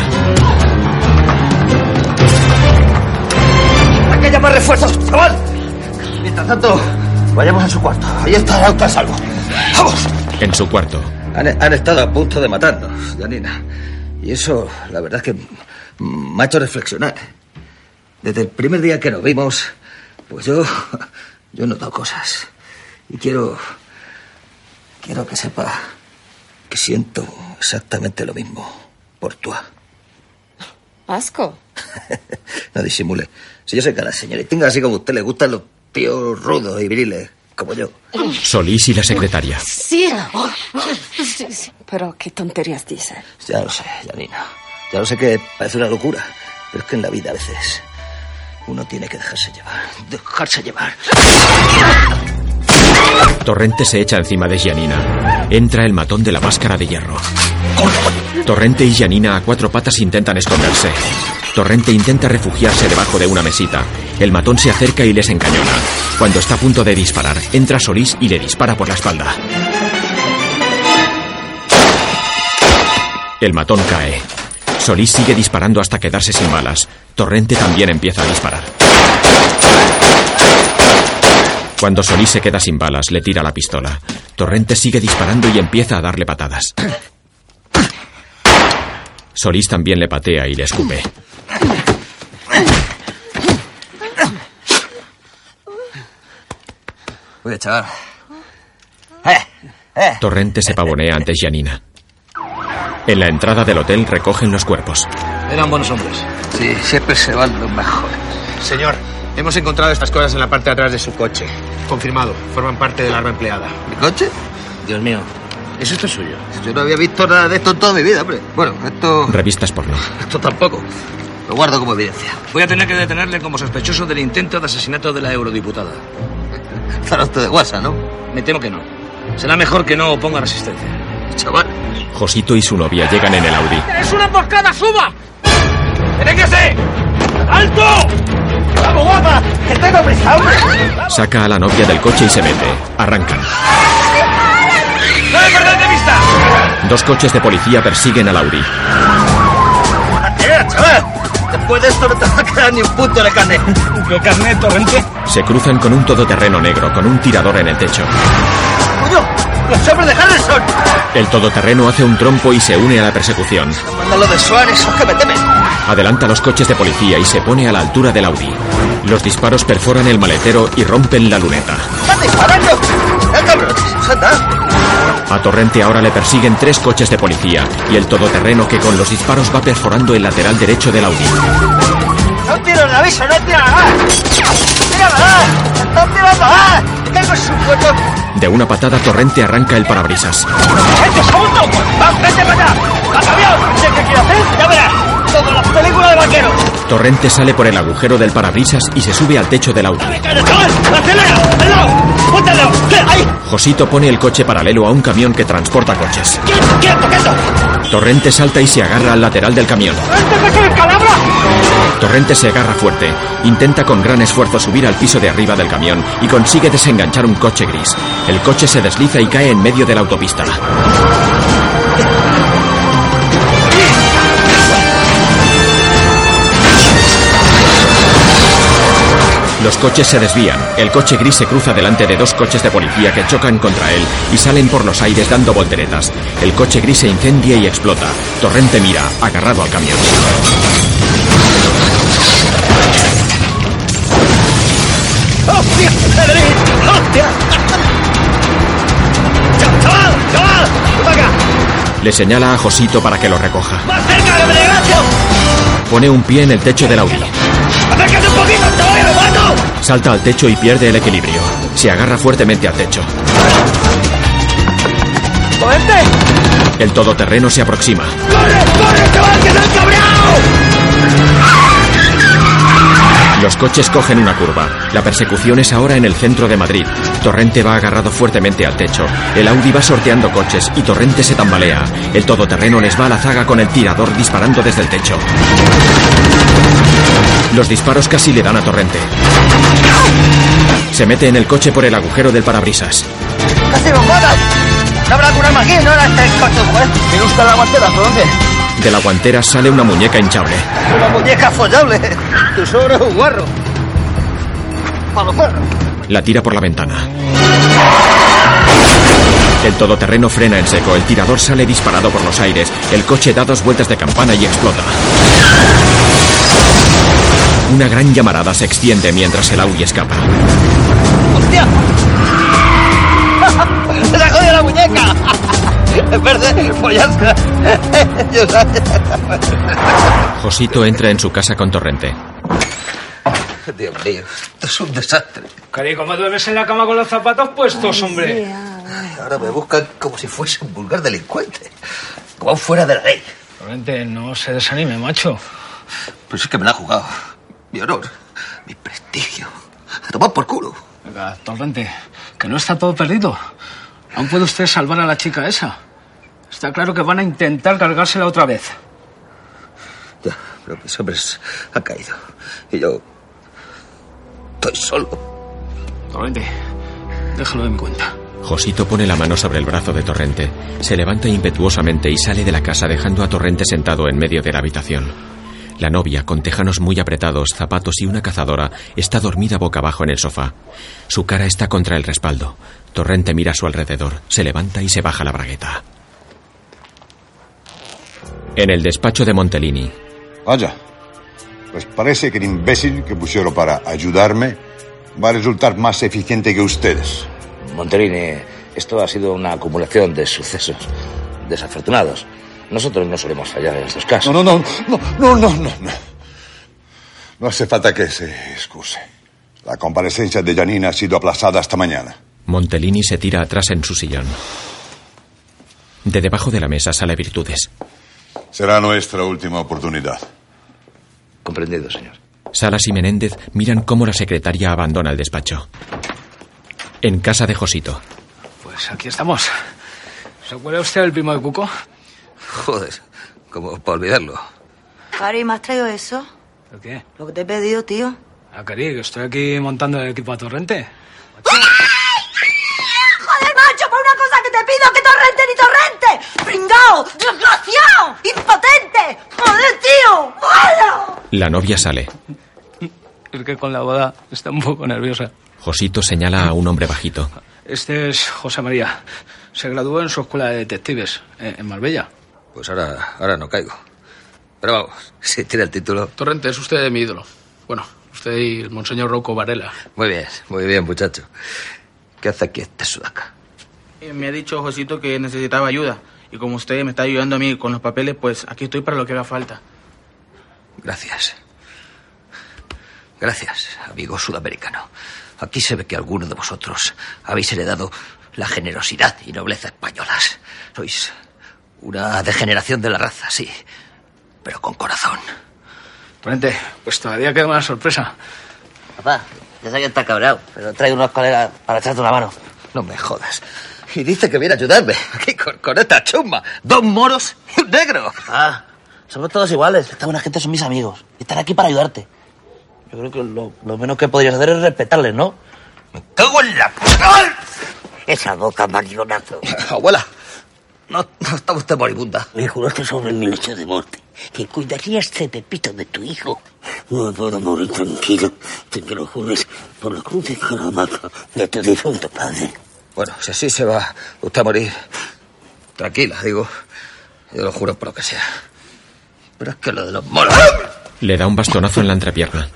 Speaker 12: ¡Hay que llamar refuerzos, chaval! Mientras tanto,
Speaker 8: Vayamos a su cuarto. Ahí está la auto a salvo.
Speaker 12: ¡Vamos!
Speaker 1: En su cuarto,
Speaker 8: Han, han estado a punto de matarnos, Janina. Y eso, la verdad es que me ha hecho reflexionar. Desde el primer día que nos vimos, pues yo, yo he notado cosas. Y quiero, quiero que sepa que siento exactamente lo mismo por tú.
Speaker 20: Asco.
Speaker 8: No disimule. Si yo sé que a las señoritas así como a usted le gustan los tíos rudos y viriles, como yo.
Speaker 1: Solís y la secretaria.
Speaker 20: Sí. Sí, sí. Pero qué tonterías dice.
Speaker 8: Ya lo sé, Janina. Ya lo sé que parece una locura, pero es que en la vida a veces uno tiene que dejarse llevar. Dejarse llevar.
Speaker 1: Torrente se echa encima de Gianina. Entra el matón de la máscara de hierro. Torrente y Gianina a cuatro patas intentan esconderse. Torrente intenta refugiarse debajo de una mesita. El matón se acerca y les encañona. Cuando está a punto de disparar, entra Solís y le dispara por la espalda. El matón cae. Solís sigue disparando hasta quedarse sin balas. Torrente también empieza a disparar. Cuando Solís se queda sin balas, le tira la pistola. Torrente sigue disparando y empieza a darle patadas. Solís también le patea y le escupe.
Speaker 8: Oye, chaval. Eh, eh.
Speaker 1: Torrente se pavonea ante Janina. En la entrada del hotel recogen los cuerpos.
Speaker 6: Eran buenos hombres.
Speaker 8: Sí, siempre se van los mejores.
Speaker 6: Señor, hemos encontrado estas cosas en la parte de atrás de su coche. Confirmado, forman parte del arma empleada.
Speaker 8: ¿Mi coche?
Speaker 6: Dios mío, ¿es esto suyo?
Speaker 8: Yo no había visto nada de esto en toda mi vida, hombre. Bueno, esto,
Speaker 1: Revistas porno.
Speaker 8: esto tampoco. Lo guardo como evidencia.
Speaker 37: Voy a tener que detenerle como sospechoso del intento de asesinato de la
Speaker 8: *laughs*
Speaker 37: eurodiputada.
Speaker 8: Estará usted de guasa, ¿no?
Speaker 37: Me temo que no. Será mejor que no oponga resistencia.
Speaker 8: Chaval.
Speaker 1: Josito y su novia llegan en el Audi.
Speaker 38: ¡Es una emboscada! ¡Suba! ¡Deténgase! ¡Alto!
Speaker 12: ¡Vamos, guapa! ¡Que tengo prisa, hombre!
Speaker 1: Saca a la novia del coche y se mete. Arrancan.
Speaker 38: ¡No me perdáis de vista!
Speaker 1: Dos coches de policía persiguen al Audi.
Speaker 8: ¡Mira, chaval! Después de esto no te va a quedar ni un punto de carne.
Speaker 39: ¿Qué carnet, Torrente?
Speaker 1: Se cruzan con un todoterreno negro con un tirador en el techo.
Speaker 8: ¡Coño! ¡Los hombres de Harrison!
Speaker 1: El todoterreno hace un trompo y se une a la persecución.
Speaker 8: Manda lo de Suárez, son que me temen.
Speaker 1: Adelanta los coches de policía y se pone a la altura del Audi. Los disparos perforan el maletero y rompen la luneta.
Speaker 8: ¡Están disparando! ¡Eh, cabrones! ¡Santa!
Speaker 1: A Torrente ahora le persiguen tres coches de policía y el todoterreno que con los disparos va perforando el lateral derecho del Audi.
Speaker 12: ¡No tiro el aviso, no tira nada! ¡Tira nada! ¡Están tirando nada! ¡Tengo su cuerpo!
Speaker 1: De una patada Torrente arranca el parabrisas.
Speaker 12: ¡Gente, segundo! ¡Vamos, vete para allá! ¡Al camión! ¿Sé qué quiero hacer? ¡Ya verás! ¡Como las películas de vaqueros!
Speaker 1: Torrente sale por el agujero del parabrisas y se sube al techo del Audi.
Speaker 12: ¡Venga, chaval! ¡Acelera! ¡Al lado! ¡Ponte al lado! ¡Sí, ¡Ahí!
Speaker 1: Josito pone el coche paralelo a un camión que transporta coches.
Speaker 12: ¡Quieto, quieto, quieto!
Speaker 1: Torrente salta y se agarra al lateral del camión.
Speaker 12: ¡Antes de que me calabra!
Speaker 1: Torrente se agarra fuerte, intenta con gran esfuerzo subir al piso de arriba del camión y consigue desenganchar un coche gris. El coche se desliza y cae en medio de la autopista. Los coches se desvían, el coche gris se cruza delante de dos coches de policía que chocan contra él y salen por los aires dando volteretas. El coche gris se incendia y explota. Torrente mira, agarrado al camión.
Speaker 12: ¡Hostia! ¡Pedrín! ¡Hostia! *laughs* ¡Chaval, ¡Chaval! ¡Chaval! ¡Ven acá!
Speaker 1: Le señala a Josito para que lo recoja.
Speaker 12: ¡Más cerca, que me desgracio!
Speaker 1: Pone un pie en el techo del Audi.
Speaker 12: ¡Acércate un poquito, chaval, que me mato!
Speaker 1: Salta al techo y pierde el equilibrio. Se agarra fuertemente al techo.
Speaker 12: ¡Cogerte!
Speaker 1: El todoterreno se aproxima.
Speaker 12: ¡Corre, corre, chaval, que te han cabreado!
Speaker 1: Los coches cogen una curva. La persecución es ahora en el centro de Madrid. Torrente va agarrado fuertemente al techo. El Audi va sorteando coches y Torrente se tambalea. El todoterreno les va a la zaga con el tirador disparando desde el techo. Los disparos casi le dan a Torrente. Se mete en el coche por el agujero del parabrisas.
Speaker 12: ¡Casi lo matas! ¿No habrá alguna magia? ¿No era este coche, joder?
Speaker 40: ¿Te gusta la guantera, por dónde?
Speaker 1: De la guantera sale una muñeca hinchable.
Speaker 12: Una muñeca follable. Tu sobro es un guarro. Para los perros.
Speaker 1: La tira por la ventana. El todoterreno frena en seco, el tirador sale disparado por los aires, el coche da dos vueltas de campana y explota. Una gran llamarada se extiende mientras el Audi escapa.
Speaker 12: ¡Hostia! ¡Se la jodido la muñeca! En vez de follarse. Yo sabía.
Speaker 1: Josito entra en su casa con Torrente.
Speaker 8: Dios mío, esto es un desastre.
Speaker 13: Cari, ¿cómo duermes en la cama con los zapatos puestos, hombre?
Speaker 8: Ahora me buscan como si fuese un vulgar delincuente. Como fuera de la ley.
Speaker 13: Torrente, no se desanime, macho.
Speaker 8: Pues es que me la ha jugado. Mi honor, mi prestigio. A tomar por culo.
Speaker 13: Venga, Torrente, que no está todo perdido. Aún puede usted salvar a la chica esa. Está claro que van a intentar cargársela otra vez.
Speaker 8: Ya, pero mis hombres han caído. Y yo. Estoy solo.
Speaker 13: Torrente, déjalo de mi cuenta.
Speaker 1: Josito pone la mano sobre el brazo de Torrente, se levanta impetuosamente y sale de la casa dejando a Torrente sentado en medio de la habitación. La novia, con tejanos muy apretados, zapatos y una cazadora, está dormida boca abajo en el sofá. Su cara está contra el respaldo. Torrente mira a su alrededor, se levanta y se baja la bragueta. En el despacho de Montelini.
Speaker 4: Vaya, pues parece que el imbécil que pusieron para ayudarme va a resultar más eficiente que ustedes.
Speaker 6: Montelini, esto ha sido una acumulación de sucesos desafortunados. Nosotros no solemos fallar en estos casos.
Speaker 4: No, no, no, no, no, no, no. No, no hace falta que se excuse. La comparecencia de Janina ha sido aplazada hasta mañana.
Speaker 1: Montelini se tira atrás en su sillón. De debajo de la mesa sale Virtudes.
Speaker 4: Será nuestra última oportunidad.
Speaker 6: Comprendido, señor.
Speaker 1: Salas y Menéndez miran cómo la secretaria abandona el despacho. En casa de Josito.
Speaker 13: Pues aquí estamos. ¿Se acuerda usted del primo de Cuco?
Speaker 8: Joder, como para olvidarlo.
Speaker 9: Cari, ¿me has traído eso?
Speaker 13: ¿Lo qué?
Speaker 9: Lo que te he pedido, tío.
Speaker 13: Ah, Cari, que estoy aquí montando el equipo a Torrente.
Speaker 9: ¡Joder, macho! Por una cosa que te pido, que torrente ni torrente. ¡Pringao! ¡Desgraciado! ¡Impotente! ¡Joder, tío! ¡Malo!
Speaker 1: La novia sale.
Speaker 13: Es que con la boda está un poco nerviosa.
Speaker 1: Josito señala a un hombre bajito.
Speaker 13: Este es José María. Se graduó en su escuela de detectives, eh, en Marbella.
Speaker 8: Pues ahora, ahora no caigo. Pero vamos, si tiene el título.
Speaker 7: Torrente, es usted mi ídolo. Bueno, usted y el monseñor Rocco Varela.
Speaker 8: Muy bien, muy bien, muchacho. ¿Qué hace aquí este sudaca?
Speaker 16: Eh, Me ha dicho Josito que necesitaba ayuda. Y como usted me está ayudando a mí con los papeles, pues aquí estoy para lo que haga falta.
Speaker 8: Gracias. Gracias, amigo sudamericano. Aquí se ve que alguno de vosotros habéis heredado la generosidad y nobleza españolas. Sois una degeneración de la raza, sí, pero con corazón.
Speaker 6: Ponente, pues todavía queda una sorpresa.
Speaker 12: Papá, ya sé que está cabreado, pero trae unos colegas para echarte una mano.
Speaker 8: No me jodas. Y dice que viene a ayudarme. Aquí con, con esta chumba. Dos moros y un negro.
Speaker 12: Ah, somos todos iguales. Esta buena gente son mis amigos. Y están aquí para ayudarte. Yo creo que lo, lo menos que podrías hacer es respetarles, ¿no? Me cago en la puta. Esa boca, marionazo.
Speaker 8: *laughs* Abuela, no, no está usted moribunda.
Speaker 5: Me juraste sobre mi lecho de muerte que cuidarías de Pepito de tu hijo. No puedo morir tranquilo, te que lo jures por la cruz de Caramaca de tu difunto padre.
Speaker 8: Bueno, si así se va usted a morir, tranquila, digo. Yo lo juro por lo que sea. Pero es que lo de los moros...
Speaker 1: Le da un bastonazo en la entrepierna.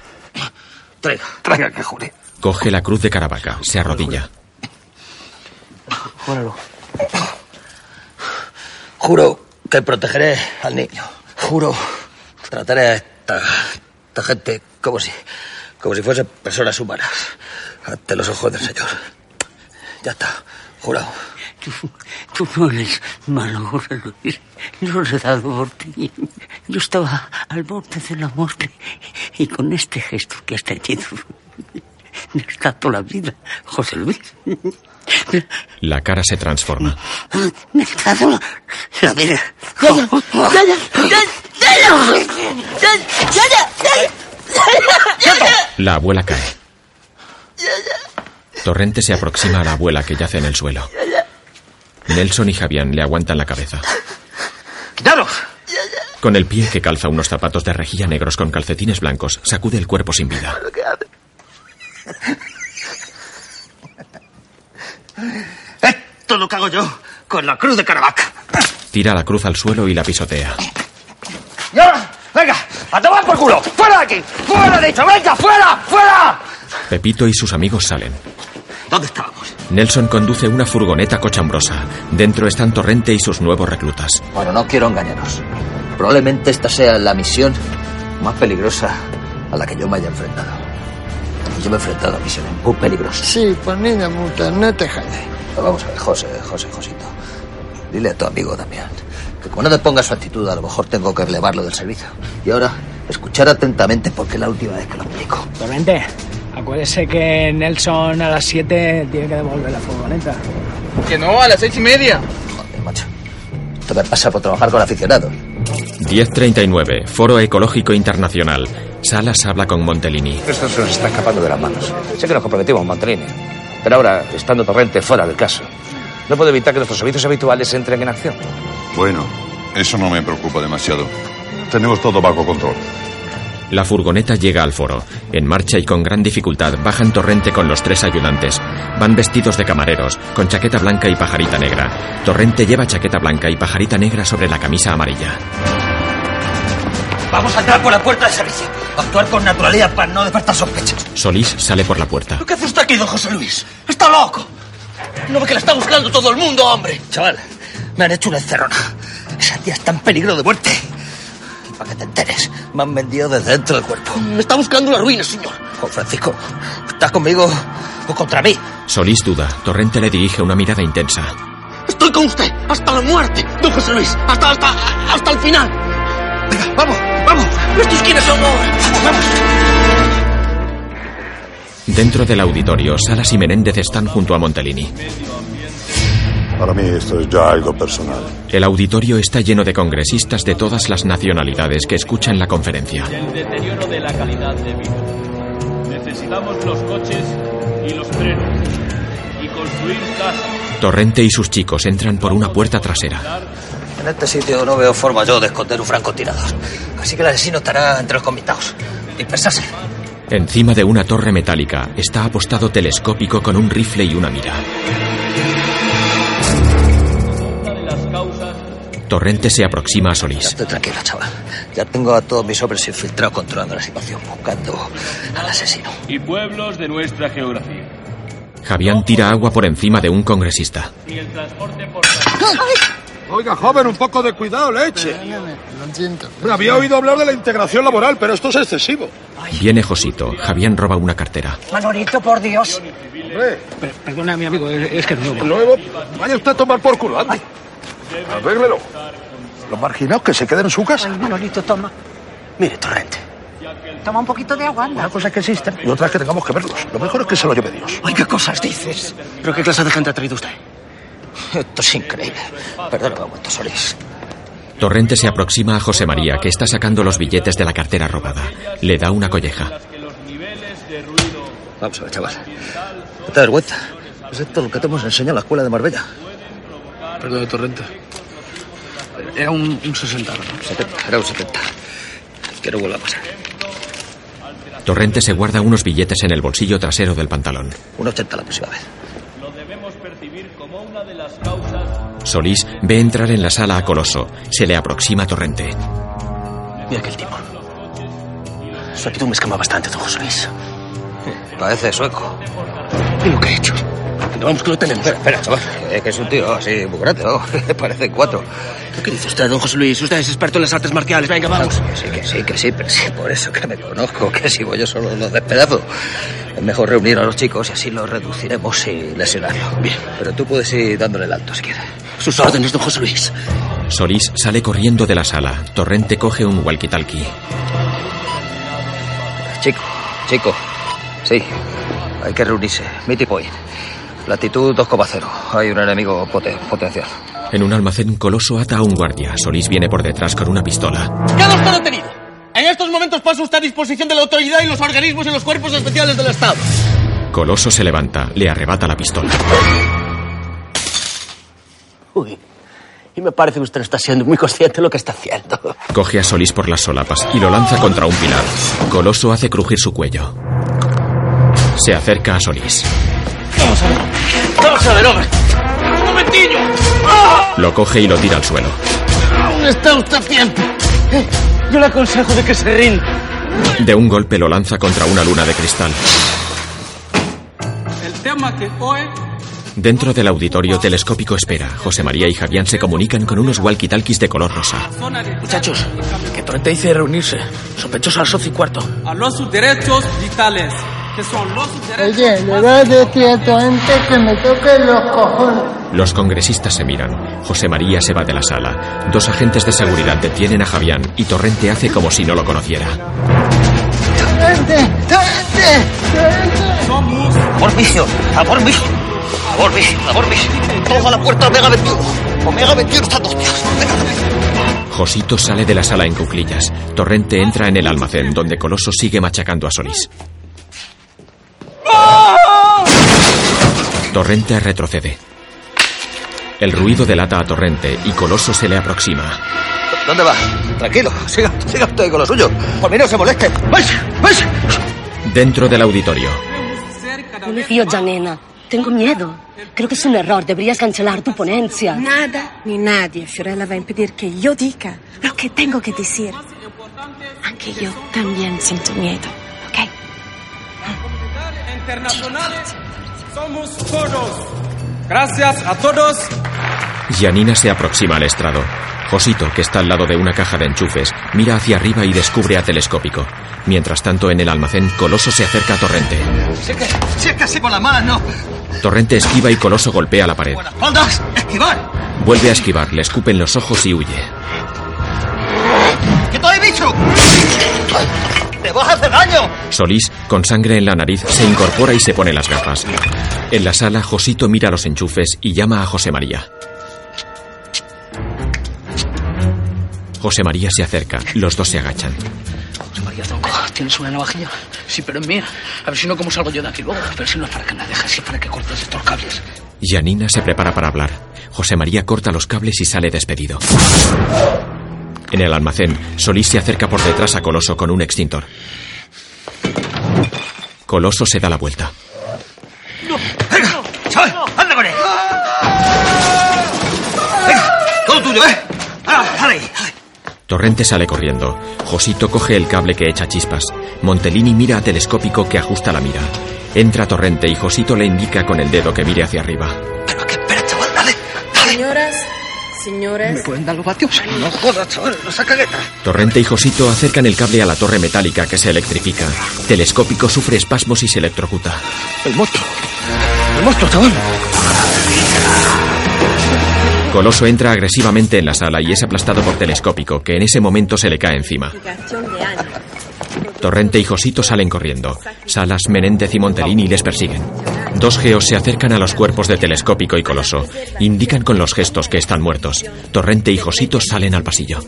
Speaker 8: Traiga, traiga que jure.
Speaker 1: Coge la cruz de Caravaca. Se arrodilla.
Speaker 8: Júralo. Juro que protegeré al niño. Juro que trataré a esta, esta gente como si, como si fuesen personas humanas ante los ojos del Señor. Ya está, jurado.
Speaker 5: Tú, tú no eres malo, José Luis. Yo lo he dado por ti. Yo estaba al borde de la muerte y con este gesto que has tenido me has dado la vida, José Luis.
Speaker 1: La cara se transforma.
Speaker 5: Me has dado la, la vida. ¡Calla! ¡Calla!
Speaker 1: La abuela cae. Torrente se aproxima a la abuela que yace en el suelo. Nelson y Javián le aguantan la cabeza.
Speaker 8: ¡Quitaros!
Speaker 1: Con el pie que calza unos zapatos de rejilla negros con calcetines blancos, sacude el cuerpo sin vida.
Speaker 8: Esto lo cago yo con la cruz de Caravaca.
Speaker 1: Tira la cruz al suelo y la pisotea.
Speaker 7: ¡Y ahora! ¡Venga! ¡A tomar por culo! ¡Fuera de aquí! ¡Fuera, dicho! ¡Venga! ¡Fuera! ¡Fuera!
Speaker 1: Pepito y sus amigos salen.
Speaker 8: ¿Dónde estábamos?
Speaker 1: Nelson conduce una furgoneta cochambrosa. Dentro están Torrente y sus nuevos reclutas.
Speaker 8: Bueno, no quiero engañaros. Probablemente esta sea la misión más peligrosa a la que yo me haya enfrentado. Y Yo me he enfrentado a misiones muy peligrosas.
Speaker 18: Sí, pues niña muta, no te jales.
Speaker 8: Pero vamos a ver, José, José, Josito. Dile a tu amigo Damián que como no te ponga su actitud, a lo mejor tengo que relevarlo del servicio. Y ahora, escuchar atentamente porque es la última vez que lo explico.
Speaker 22: Torrente, acuérdese que Nelson a las 7 tiene que devolver la furgoneta.
Speaker 16: Que no, a las seis y media.
Speaker 8: Esto me pasa por trabajar con aficionados.
Speaker 1: 1039, Foro Ecológico Internacional. Salas habla con Montelini.
Speaker 13: Esto se nos está escapando de las manos. Sé que nos comprometimos, Montelini. Pero ahora, estando Torrente fuera del caso, no puedo evitar que nuestros servicios habituales entren en acción.
Speaker 4: Bueno, eso no me preocupa demasiado. Tenemos todo bajo control.
Speaker 1: La furgoneta llega al foro. En marcha y con gran dificultad bajan Torrente con los tres ayudantes. Van vestidos de camareros, con chaqueta blanca y pajarita negra. Torrente lleva chaqueta blanca y pajarita negra sobre la camisa amarilla.
Speaker 12: Vamos a entrar por la puerta de servicio. Actuar con naturalidad para no despertar sospechas.
Speaker 1: Solís sale por la puerta.
Speaker 12: ¿Qué hace usted aquí, don José Luis? ¡Está loco! No ve que la está buscando todo el mundo, hombre. Chaval, me han hecho una encerrona. Esa tía está en peligro de muerte. Y para que te enteres, me han vendido desde dentro del cuerpo. Me está buscando la ruina, señor. Juan Francisco, ¿estás conmigo o contra mí?
Speaker 1: Solís duda. Torrente le dirige una mirada intensa.
Speaker 12: Estoy con usted hasta la muerte, don José Luis. Hasta, hasta, hasta el final. Venga, vamos, vamos. ¿Estos quiénes son? Vamos, vamos.
Speaker 1: Dentro del auditorio, Salas y Menéndez están junto a Montelini.
Speaker 4: Para mí esto es ya algo personal.
Speaker 1: El auditorio está lleno de congresistas de todas las nacionalidades que escuchan la conferencia.
Speaker 24: El deterioro de la calidad de vida. Necesitamos los coches y los trenes. Y construir casas.
Speaker 1: Torrente y sus chicos entran por una puerta trasera.
Speaker 12: En este sitio no veo forma yo de esconder un francotirador. Así que el asesino estará entre los convitados. Dispersarse.
Speaker 1: Encima de una torre metálica está apostado telescópico con un rifle y una mira. Torrente se aproxima a Solís.
Speaker 8: Estoy tranquilo, chaval. Ya tengo a todos mis hombres infiltrados controlando la situación, buscando al asesino.
Speaker 24: Y pueblos de nuestra geografía.
Speaker 1: Javián tira agua por encima de un congresista.
Speaker 11: y el transporte por...
Speaker 12: Oiga, joven, un poco de cuidado, leche.
Speaker 18: Lo siento.
Speaker 12: Bueno, había oído hablar de la integración laboral, pero esto es excesivo.
Speaker 1: Viene Josito. Javián roba una cartera.
Speaker 41: Manolito, por Dios.
Speaker 42: Perdona, mi amigo, es, es que es nuevo.
Speaker 12: Luego, vaya usted a tomar por culo, anda. Arréglelo. Los marginados que se queden en su casa.
Speaker 41: Manolito, toma.
Speaker 12: Mire, Torrente.
Speaker 41: Toma un poquito de agua, anda.
Speaker 12: Una cosa es que existen y otra es que tengamos que verlos. Lo mejor es que se lo lleve Dios.
Speaker 41: Ay, qué cosas dices.
Speaker 7: ¿Pero qué clase de gente ha traído usted?
Speaker 8: Esto es increíble. Perdóname un momento, Solís.
Speaker 1: Torrente se aproxima a José María, que está sacando los billetes de la cartera robada. Le da una colleja.
Speaker 8: Vamos a ver, chaval. No te vergüenza. Es esto lo que te hemos enseñado en la escuela de Marbella.
Speaker 13: Perdón, Torrente. Era un, un 60, ¿no?
Speaker 8: 70, era un 70. Que no vuelva a pasar.
Speaker 1: Torrente se guarda unos billetes en el bolsillo trasero del pantalón.
Speaker 8: Un 80 la próxima vez.
Speaker 1: Solís ve entrar en la sala a Coloso. Se le aproxima Torrente.
Speaker 7: Mira aquel tipo. Su actitud me escama bastante, don José Luis.
Speaker 8: Parece sueco.
Speaker 7: ¿Y lo que he hecho? No, vamos, que lo tenemos.
Speaker 8: Espera, espera, chaval. Es que es un tío así muy grande, ¿no? *laughs* Parecen cuatro.
Speaker 7: ¿Qué dice usted, don José Luis? Usted es experto en las artes marciales. Venga, vamos.
Speaker 8: Que Ah, sí, que sí, que sí, pero sí, por eso que me conozco, que si voy yo solo los despedazo. Es mejor reunir a los chicos y así los reduciremos y lesionarlos. Bien. Pero tú puedes ir dándole el alto si quieres.
Speaker 7: Sus órdenes, don José Luis.
Speaker 1: Solís sale corriendo de la sala. Torrente coge un walkie-talkie.
Speaker 8: Chico, chico. Sí, hay que reunirse. Meeting point. Latitud 2,0. Hay un enemigo pote- potencial.
Speaker 1: En un almacén, Coloso ata a un guardia. Solís viene por detrás con una pistola.
Speaker 7: Cada está detenido. En estos momentos pasa usted a disposición de la autoridad y los organismos y los cuerpos especiales del Estado.
Speaker 1: Coloso se levanta, le arrebata la pistola.
Speaker 7: Uy, y me parece que usted no está siendo muy consciente de lo que está haciendo.
Speaker 1: Coge a Solís por las solapas y lo lanza contra un pilar. Coloso hace crujir su cuello. Se acerca a Solís.
Speaker 7: Vamos a ver. Vamos a ver, hombre. ¡Un momentillo! ¡Ah!
Speaker 1: Lo coge y lo tira al suelo.
Speaker 7: Aún está usted a tiempo. Eh, Yo le aconsejo de que se rinda.
Speaker 1: De un golpe lo lanza contra una luna de cristal.
Speaker 11: El tema que hoy...
Speaker 1: Dentro del auditorio telescópico espera. José María y Javián se comunican con unos walkie-talkies de color rosa.
Speaker 11: Muchachos.
Speaker 43: Que Torrente dice reunirse. Sospechoso al socio y cuarto.
Speaker 11: A los derechos vitales, que son los
Speaker 18: Oye, le voy a decir a tu gente que me toquen los cojones.
Speaker 1: Los congresistas se miran. José María se va de la sala. Dos agentes de seguridad detienen a Javián y Torrente hace como si no lo conociera.
Speaker 18: ¡Torrente! ¡Torrente! ¡Torrente!
Speaker 8: Amor Vision, Amor Vision, Amor Vision, Amor Vision. Toca la puerta Omega 21. Omega 21 está a dos días.
Speaker 1: Josito sale de la sala en cuclillas. Torrente entra en el almacén donde Coloso sigue machacando a Solís. Torrente retrocede. El ruido delata a Torrente y Coloso se le aproxima.
Speaker 8: ¿Dónde va? Tranquilo, siga, siga usted con lo suyo. Por mí no se moleste. ¡Vais! ¡Vais!
Speaker 1: Dentro del auditorio,
Speaker 44: No me fío ya, nena. Tengo miedo. Creo que es un error. Deberías cancelar tu ponencia.
Speaker 19: Nada ni nadie, Fiorella, va a impedir que yo diga lo que tengo que decir. Aunque yo también siento miedo, ¿ok?
Speaker 11: internacionales somos todos. Gracias a todos.
Speaker 1: Janina se aproxima al estrado. Josito, que está al lado de una caja de enchufes, mira hacia arriba y descubre a Telescópico. Mientras tanto, en el almacén, Coloso se acerca a Torrente.
Speaker 7: Si es que, si es que así con la mano.
Speaker 1: Torrente esquiva y Coloso golpea la pared.
Speaker 7: ¡Espaldas! ¡Esquivar!
Speaker 1: Vuelve a esquivar, le escupen los ojos y huye.
Speaker 7: ¡Que todo bicho! ¡Te vas a hacer daño!
Speaker 1: Solís, con sangre en la nariz, se incorpora y se pone las gafas. En la sala, Josito mira los enchufes y llama a José María. José María se acerca, los dos se agachan.
Speaker 13: José María Tronco, ¿tienes una navajilla? Sí, pero es mía. A ver si no, ¿cómo salgo yo de aquí luego? Pero si no es para que la dejes, es para que cortes estos cables.
Speaker 1: Janina se prepara para hablar. José María corta los cables y sale despedido. En el almacén, Solís se acerca por detrás a Coloso con un extintor. Coloso se da la vuelta.
Speaker 7: ¡Venga! ¡Chaval! ¡Anda con él! ¡Venga! ¡Todo tuyo, eh! ¡Ah, sale ahí!
Speaker 1: Torrente sale corriendo. Josito coge el cable que echa chispas. Montelini mira a telescópico que ajusta la mira. Entra Torrente y Josito le indica con el dedo que mire hacia arriba.
Speaker 19: Señoras, señores. ¿Me
Speaker 13: pueden dar los vatios? No jodas, chaval, no saca
Speaker 1: Torrente y Josito acercan el cable a la torre metálica que se electrifica. Telescópico sufre espasmos y se electrocuta.
Speaker 13: El monstruo. El monstruo, chaval.
Speaker 1: Coloso entra agresivamente en la sala y es aplastado por Telescópico, que en ese momento se le cae encima.
Speaker 19: de Ana.
Speaker 1: Torrente y Josito salen corriendo. Salas, Menéndez y Montelini les persiguen. Dos geos se acercan a los cuerpos de Telescópico y Coloso. Indican con los gestos que están muertos. Torrente y Josito salen al pasillo.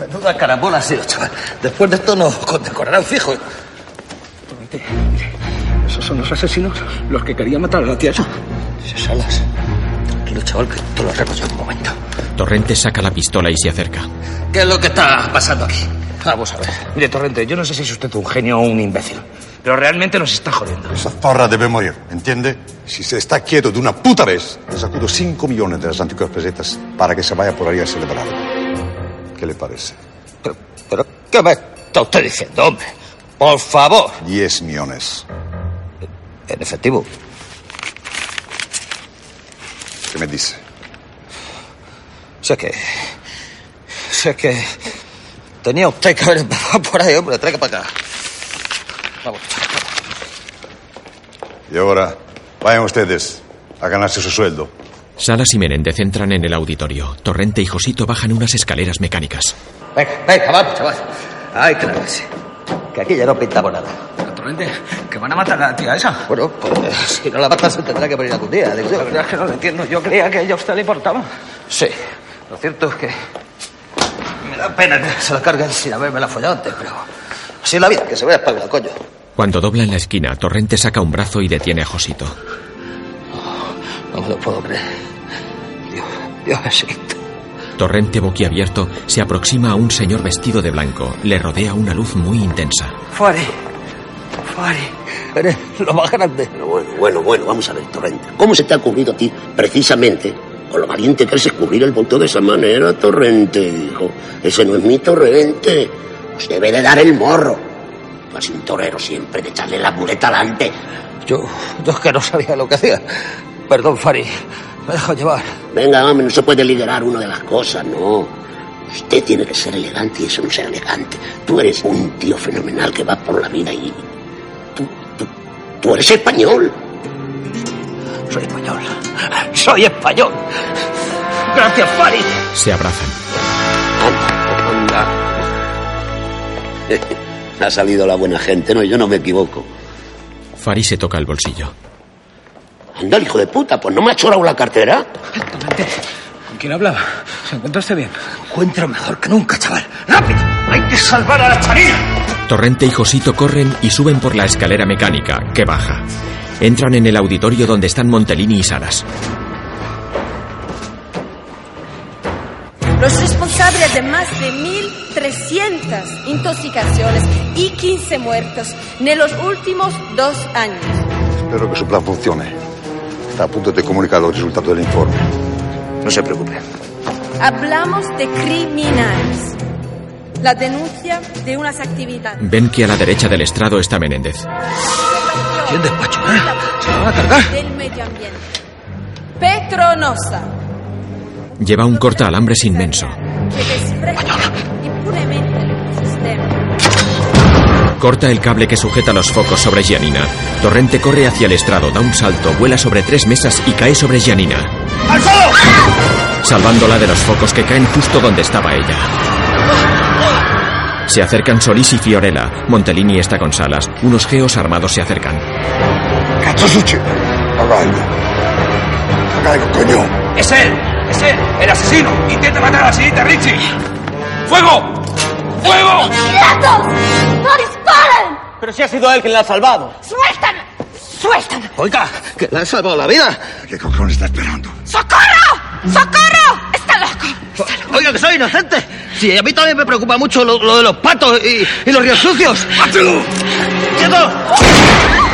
Speaker 8: Menuda carambola ha sido, chaval. Después de esto nos condecorarán fijo.
Speaker 13: Esos son los asesinos, los que querían matar a la tía.
Speaker 8: Esas alas. Tranquilo, chaval, que tú lo arreglo yo en un momento.
Speaker 1: Torrente saca la pistola y se acerca.
Speaker 8: ¿Qué es lo que está pasando aquí?
Speaker 6: Vamos a ver. Mire, Torrente, yo no sé si es usted un genio o un imbécil, pero realmente nos está jodiendo.
Speaker 4: Esa zorra debe morir, ¿entiende? Si se está quieto de una puta vez, le sacudo 5 millones de las antiguas pesetas para que se vaya por ahí a celebrar. ¿Qué le parece?
Speaker 6: ¿Pero qué me está usted diciendo, hombre? Por favor.
Speaker 4: 10 millones.
Speaker 6: En efectivo.
Speaker 4: ¿Qué me dice?
Speaker 6: Sé que. Sé que. Tenía usted que haber empezado por ahí, hombre. Traiga para acá. Vamos.
Speaker 4: Y ahora, vayan ustedes a ganarse su sueldo.
Speaker 1: Salas y Menéndez entran en el auditorio. Torrente y Josito bajan unas escaleras mecánicas.
Speaker 8: Venga, venga, vamos, chaval. Ay, que la leche. Que aquí ya no pintamos nada.
Speaker 13: Torrente, que van a matar a la tía esa.
Speaker 8: Bueno, pues eh, si no la matan se tendrá que venir algún día. digo yo.
Speaker 13: La verdad es que no lo entiendo. Yo creía que a ella a usted le importaba.
Speaker 8: Sí.
Speaker 13: Lo cierto es que
Speaker 8: Me da pena que se la carguen sin haberme la follado antes, pero... Así es la vida, que se vaya espabilar, coño.
Speaker 1: Cuando dobla en la esquina, Torrente saca un brazo y detiene a Josito.
Speaker 8: No me lo puedo creer. Dios, Dios existe.
Speaker 1: Torrente boquiabierto se aproxima a un señor vestido de blanco. Le rodea una luz muy intensa.
Speaker 8: Fuere. Fuere. Eres lo más grande.
Speaker 12: Bueno, bueno, bueno, vamos a ver, Torrente. ¿Cómo se te ha ocurrido a ti, precisamente, con lo valiente que eres, escurrir el bulto de esa manera, Torrente? Dijo, ese no es mi Torrente. Os debe de dar el morro. Tú has sido un torero siempre, de echarle la muleta adelante.
Speaker 8: Yo, yo es que no sabía lo que hacía. Perdón, Fari. Me dejo llevar.
Speaker 12: Venga, hombre, no se puede liderar uno de las cosas, no. Usted tiene que ser elegante y eso no ser elegante. Tú eres un tío fenomenal que va por la vida y. Tú, tú, tú eres español.
Speaker 8: Soy español. Soy español. Gracias, Fari.
Speaker 1: Se abrazan.
Speaker 12: Ha salido la buena gente, ¿no? Yo no me equivoco.
Speaker 1: Fari se toca el bolsillo.
Speaker 12: Anda, el hijo de puta, pues no me ha chorado la cartera.
Speaker 13: ¿Con quién hablaba? ¿Se encuentra usted bien?
Speaker 8: Encuentro mejor que nunca, chaval. ¡Rápido! Hay que salvar a la charina.
Speaker 1: Torrente y Josito corren y suben por la escalera mecánica, que baja. Entran en el auditorio donde están Montelini y Salas.
Speaker 19: Los responsables de más de 1.300 intoxicaciones y 15 muertos en los últimos dos años.
Speaker 4: Espero que su plan funcione. Está a punto de comunicar los resultados del informe.
Speaker 6: No se preocupe.
Speaker 19: Hablamos de criminales. La denuncia de unas actividades.
Speaker 1: Ven que a la derecha del estrado está Menéndez.
Speaker 8: ¿Quién despacho?
Speaker 19: ¿Se
Speaker 8: van a cargar?
Speaker 19: Ah. Del medio ambiente. Petronosa.
Speaker 1: Lleva un corta alambres inmenso.
Speaker 19: Que desprecia impunemente el sistema.
Speaker 1: Corta el cable que sujeta los focos sobre Gianina. Torrente corre hacia el estrado, da un salto, vuela sobre tres mesas y cae sobre Gianina,
Speaker 45: ¡Al fuego!
Speaker 1: salvándola de los focos que caen justo donde estaba ella. Se acercan Solís y Fiorella. Montelini está con Salas. Unos geos armados se acercan.
Speaker 46: ¡Katsushi! ¡Haga algo! ¡Haga algo, coño!
Speaker 45: ¡Es él! ¡Es él! ¡El asesino! ¡Intenta matar a la señorita Richie! ¡Fuego! ¡Fuego!
Speaker 11: ¡Quietos! ¡No disparen!
Speaker 47: Pero si ha sido él quien la ha salvado.
Speaker 11: ¡Suéltame! ¡Suéltame!
Speaker 8: Oiga, que le han salvado la vida.
Speaker 46: ¿Qué cojones está esperando?
Speaker 11: ¡Socorro! ¡Socorro! ¡Está loco!
Speaker 8: Oiga, que soy inocente. Sí, a mí también me preocupa mucho lo, lo de los patos y, y los ríos sucios.
Speaker 46: ¡Mátelo!
Speaker 8: ¡Quieto!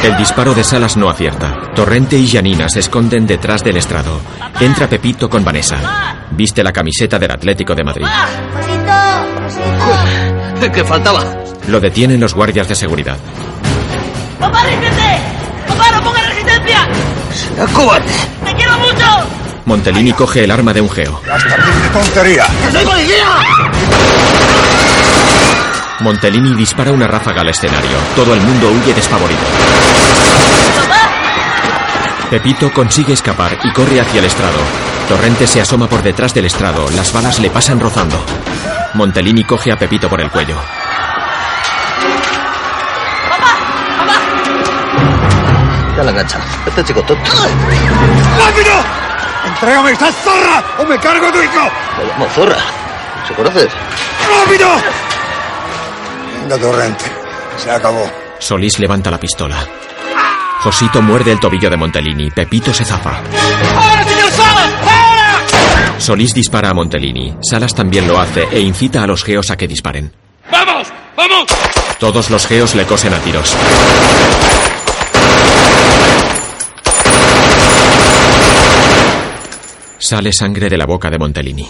Speaker 1: El disparo de Salas no acierta. Torrente y Janina se esconden detrás del estrado. Entra Pepito con Vanessa. Viste la camiseta del Atlético de Madrid.
Speaker 8: Que faltaba.
Speaker 1: Lo detienen los guardias de seguridad.
Speaker 12: ¡Papá, ríndete! ¡Papá, no pongas resistencia! ¡Te quiero mucho!
Speaker 1: Montelini coge el arma de un geo.
Speaker 4: ¡Tontería!
Speaker 12: ¡Soy policía!
Speaker 1: Montelini dispara una ráfaga al escenario. Todo el mundo huye despavorido. Pepito consigue escapar y corre hacia el estrado. Torrente se asoma por detrás del estrado. Las balas le pasan rozando. Montelini coge a Pepito por el cuello.
Speaker 8: Ya la engancha. Este chico tonto.
Speaker 11: ¡Rápido! ¡Entrégame esta zorra o me cargo tu hijo!
Speaker 8: Me llamo Zorra. ¿Se conoce?
Speaker 11: ¡Rápido!
Speaker 4: Venga, torrente. Se acabó.
Speaker 1: Solís levanta la pistola. Josito muerde el tobillo de Montelini. Pepito se zafa.
Speaker 11: ¡Ahora, señor Salas! ¡Ahora!
Speaker 1: Solís dispara a Montelini. Salas también lo hace e incita a los geos a que disparen.
Speaker 11: ¡Vamos! ¡Vamos!
Speaker 1: Todos los geos le cosen a tiros. Sale sangre de la boca de Montelini.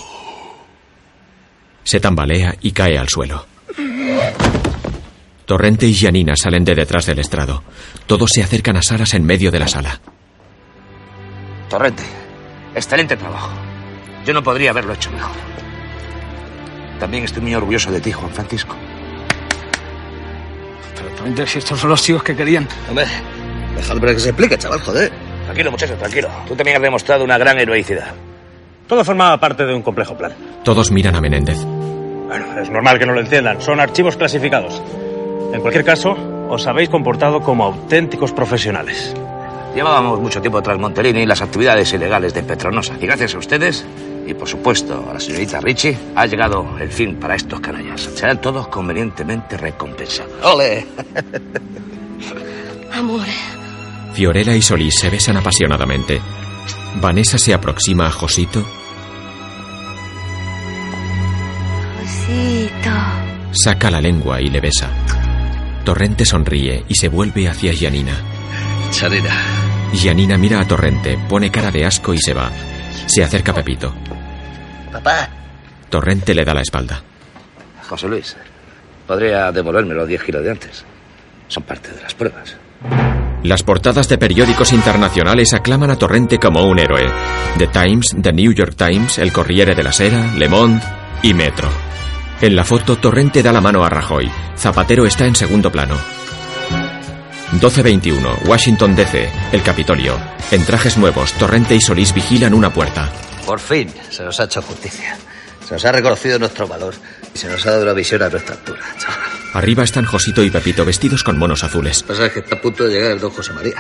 Speaker 1: Se tambalea y cae al suelo. Torrente y Janina salen de detrás del estrado. Todos se acercan a Salas en medio de la sala.
Speaker 6: Torrente, excelente trabajo. Yo no podría haberlo hecho mejor.
Speaker 48: También estoy muy orgulloso de ti, Juan Francisco.
Speaker 13: Pero Torrente, si estos son los tíos que querían.
Speaker 8: Hombre, déjalo que se explique, chaval, joder.
Speaker 6: Tranquilo, muchacho, tranquilo. Tú también has demostrado una gran heroicidad.
Speaker 5: Todo formaba parte de un complejo plan.
Speaker 1: Todos miran a Menéndez.
Speaker 5: Bueno, es normal que no lo entiendan. Son archivos clasificados. En cualquier caso, os habéis comportado como auténticos profesionales.
Speaker 6: Llevábamos mucho tiempo tras Monterini y las actividades ilegales de Petronosa. Y gracias a ustedes, y por supuesto a la señorita Ricci, ha llegado el fin para estos canallas. Serán todos convenientemente recompensados.
Speaker 8: ¡Ole!
Speaker 9: Amor,
Speaker 1: Fiorella y Solís se besan apasionadamente. Vanessa se aproxima a Josito.
Speaker 9: Josito.
Speaker 1: Saca la lengua y le besa. Torrente sonríe y se vuelve hacia Janina.
Speaker 8: Charina.
Speaker 1: Janina mira a Torrente, pone cara de asco y se va. Se acerca Pepito.
Speaker 8: Papá.
Speaker 1: Torrente le da la espalda.
Speaker 6: José Luis, podría devolverme los 10 kilos de antes. Son parte de las pruebas.
Speaker 1: Las portadas de periódicos internacionales aclaman a Torrente como un héroe. The Times, The New York Times, El Corriere de la Sera, Le Monde y Metro. En la foto, Torrente da la mano a Rajoy. Zapatero está en segundo plano. 1221, Washington DC, el Capitolio. En trajes nuevos, Torrente y Solís vigilan una puerta.
Speaker 8: Por fin se nos ha hecho justicia. Se nos ha reconocido nuestro valor y se nos ha dado una visión a nuestra altura, chaval.
Speaker 1: Arriba están Josito y Pepito vestidos con monos azules.
Speaker 8: Pasa que está a punto de llegar el don José María.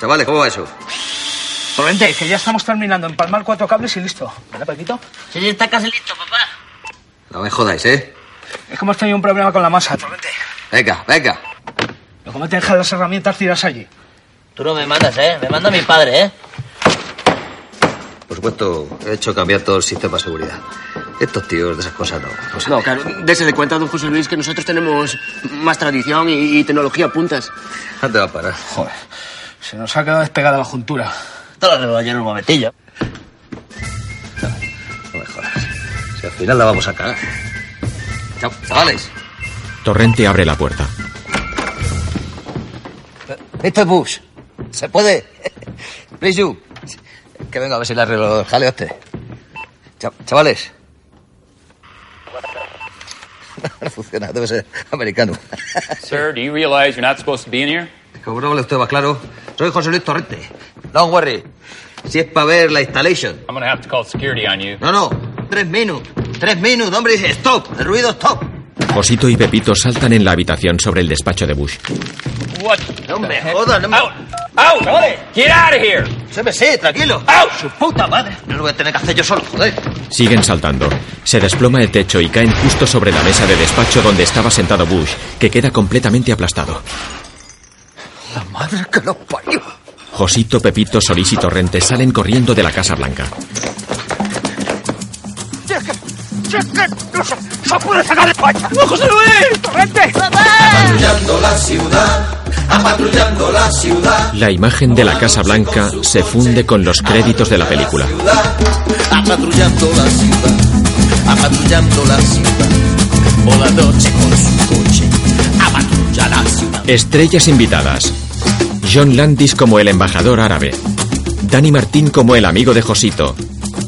Speaker 8: Chavales, ¿cómo va eso?
Speaker 13: Torrente, que ya estamos terminando. Empalmar cuatro cables y listo. ¿Verdad, Pepito?
Speaker 12: Sí, está casi listo, papá.
Speaker 8: No me jodáis, ¿eh?
Speaker 13: Es que hemos tenido un problema con la masa, Torrente.
Speaker 8: Venga, venga.
Speaker 13: Lo que me te dejan las herramientas tiras allí.
Speaker 12: Tú no me matas, ¿eh? Me manda mi padre, ¿eh?
Speaker 8: Por supuesto, he hecho cambiar todo el sistema de seguridad. Estos tíos de esas cosas no. no saben.
Speaker 6: Pues No, claro, dese de cuenta, don José Luis, que nosotros tenemos más tradición y, y tecnología a puntas.
Speaker 8: ¿Dónde va a parar?
Speaker 13: Joder. Se nos ha quedado despegada la juntura.
Speaker 12: Te lo arreglo ayer un momentillo.
Speaker 8: No me jodas. Si al final la vamos a cagar. Chao, chavales.
Speaker 1: Torrente abre la puerta.
Speaker 8: Esto es Bush. ¿Se puede? *laughs* Please Que venga a ver si le arreglo el jaleo este. Cha- Chavales. *laughs* No funciona, debe ser americano.
Speaker 16: Sir, do you realize you're not supposed to be in here?
Speaker 8: Como no vale usted más claro, soy José Luis Torrente. Don't worry. Si es para ver la installation.
Speaker 16: I'm gonna have to call security on you.
Speaker 8: No, no. Tres minutos. Tres minutos, hombre. Stop. El ruido, stop.
Speaker 1: Josito y Pepito saltan en la habitación sobre el despacho de Bush.
Speaker 16: What?
Speaker 8: No me jodas, no me... Out.
Speaker 16: Out. Get out of here.
Speaker 8: Se me sé, tranquilo.
Speaker 16: Out.
Speaker 8: Su puta madre. No lo voy a tener que hacer yo solo, joder.
Speaker 1: Siguen saltando. Se desploma el techo y caen justo sobre la mesa de despacho donde estaba sentado Bush, que queda completamente aplastado.
Speaker 8: La madre que lo parió.
Speaker 1: Josito, Pepito, Solís y Torrente salen corriendo de la Casa Blanca.
Speaker 11: ¡No se, puede sacar de España! ¡No, José Luis! ¡Torrente!
Speaker 49: patrullando la ciudad,
Speaker 12: patrullando la ciudad.
Speaker 1: La imagen de la Casa Blanca se funde con los créditos de la película.
Speaker 12: A patrullando la ciudad. A patrullando la ciudad. Por la noche con su coche. A patrullar la ciudad.
Speaker 1: Estrellas invitadas. John Landis como el embajador árabe. Dani Martín como el amigo de Josito.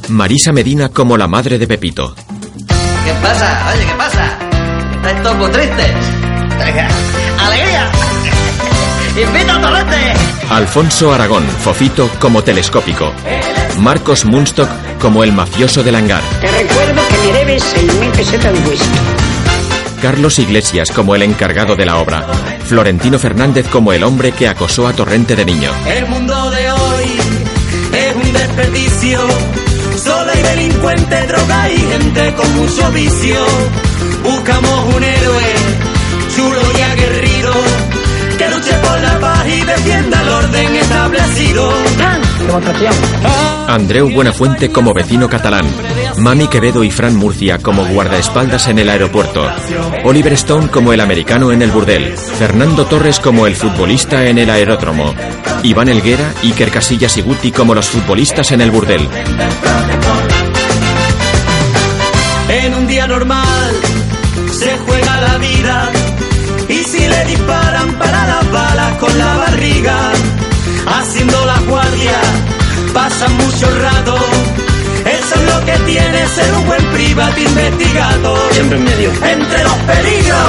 Speaker 1: Marisa Medina como la madre de Pepito.
Speaker 8: ¿Qué pasa? Oye, ¿qué pasa? ¿Estáis todos muy tristes? Venga, *laughs* ¡Alegría! *laughs* ¡Invita a Torrente!
Speaker 1: Alfonso Aragón, Fofito como telescópico. Marcos Munstock como el mafioso del hangar.
Speaker 16: Te recuerdo que me debes 6.000 pesetas de whisky.
Speaker 1: Carlos Iglesias como el encargado de la obra. Florentino Fernández como el hombre que acosó a Torrente de niño.
Speaker 12: El mundo de hoy es un desperdicio. Solo hay delincuentes, droga y gente con mucho vicio. Buscamos un héroe chulo y aguerrido que luche por la paz y defienda el orden establecido.
Speaker 50: Demostración.
Speaker 1: Andreu Buenafuente como vecino catalán. Mami Quevedo y Fran Murcia como guardaespaldas en el aeropuerto. Oliver Stone como el americano en el burdel. Fernando Torres como el futbolista en el aeródromo. Iván Elguera, Iker Casillas y Guti como los futbolistas en el burdel.
Speaker 12: En un día normal se juega la vida y si le disparan para las balas con la barriga, haciendo la guardia, pasan mucho rato. Eso es lo que tiene ser un buen private investigado. Siempre en medio. Entre los peligros,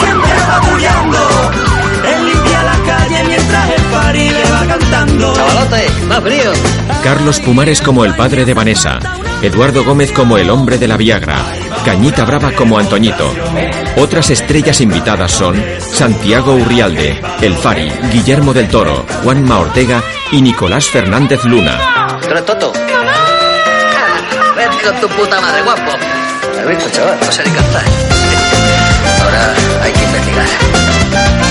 Speaker 12: siempre patrullando. Él limpia la calle mientras el pari le va cantando.
Speaker 8: ¡Chavalote! ¡Más frío!
Speaker 1: Carlos Pumares como el padre de Vanessa. Eduardo Gómez como el hombre de la Viagra. Cañita Brava como Antoñito. Otras estrellas invitadas son Santiago Urrialde, El Fari, Guillermo del Toro, Juanma Ortega y Nicolás Fernández Luna.
Speaker 8: ¿Tú eres tonto? Ah, *laughs* Vete con tu puta madre, guapo. ¿Has visto, chaval? No sé ni cantar. Ahora hay que investigar.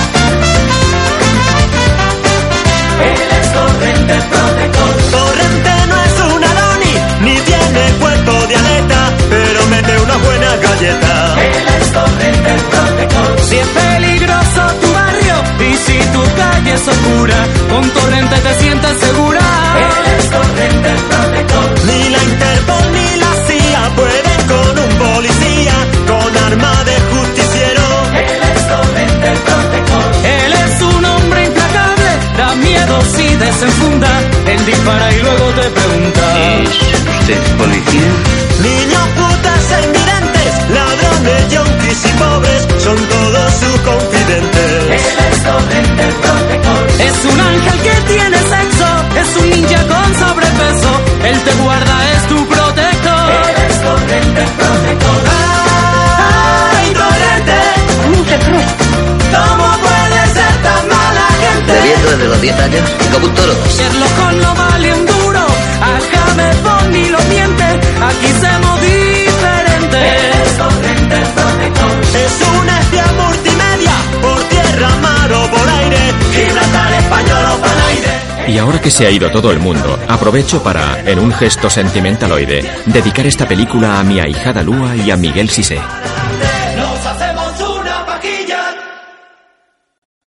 Speaker 12: Él es Torrente Protector. Torrente no es un Adonis, ni tiene cuerpo de aleta, pero mete una buena galleta. Él es Torrente Protector. Si es peligroso tu barrio y si tu calle es oscura, con Torrente te sientes segura. Él es Torrente Protector. Ni la Interpol ni la CIA pueden con un policía con arma de justiciero. Él es Torrente Protector. Él es un hombre implacable, da miedo si desenfunda. Él dispara y luego te pregunta.
Speaker 11: ¿Usted policía?
Speaker 12: Niños, putas, almirantes, ladrones, yonkis y pobres son todos sus confidentes. Él es torrente protector. Es un ángel que tiene sexo, es un ninja con sobrepeso. Él te guarda, es tu protector. Él es torrente protector. ¡Ay, torrente! ¿Cómo puede ser tan mala gente?
Speaker 8: Bebiendo desde los 10 años y como un toro.
Speaker 12: Sherlock Holmes no vale un duro, a James Bond ni lo miente, aquí somos diferentes. Es una espía multimedia, por tierra, mar o por aire, Gibraltar español o panaire.
Speaker 1: Y ahora que se ha ido todo el mundo, aprovecho para, en un gesto sentimentaloide, dedicar esta película a mi ahijada Lua y a Miguel Sisé.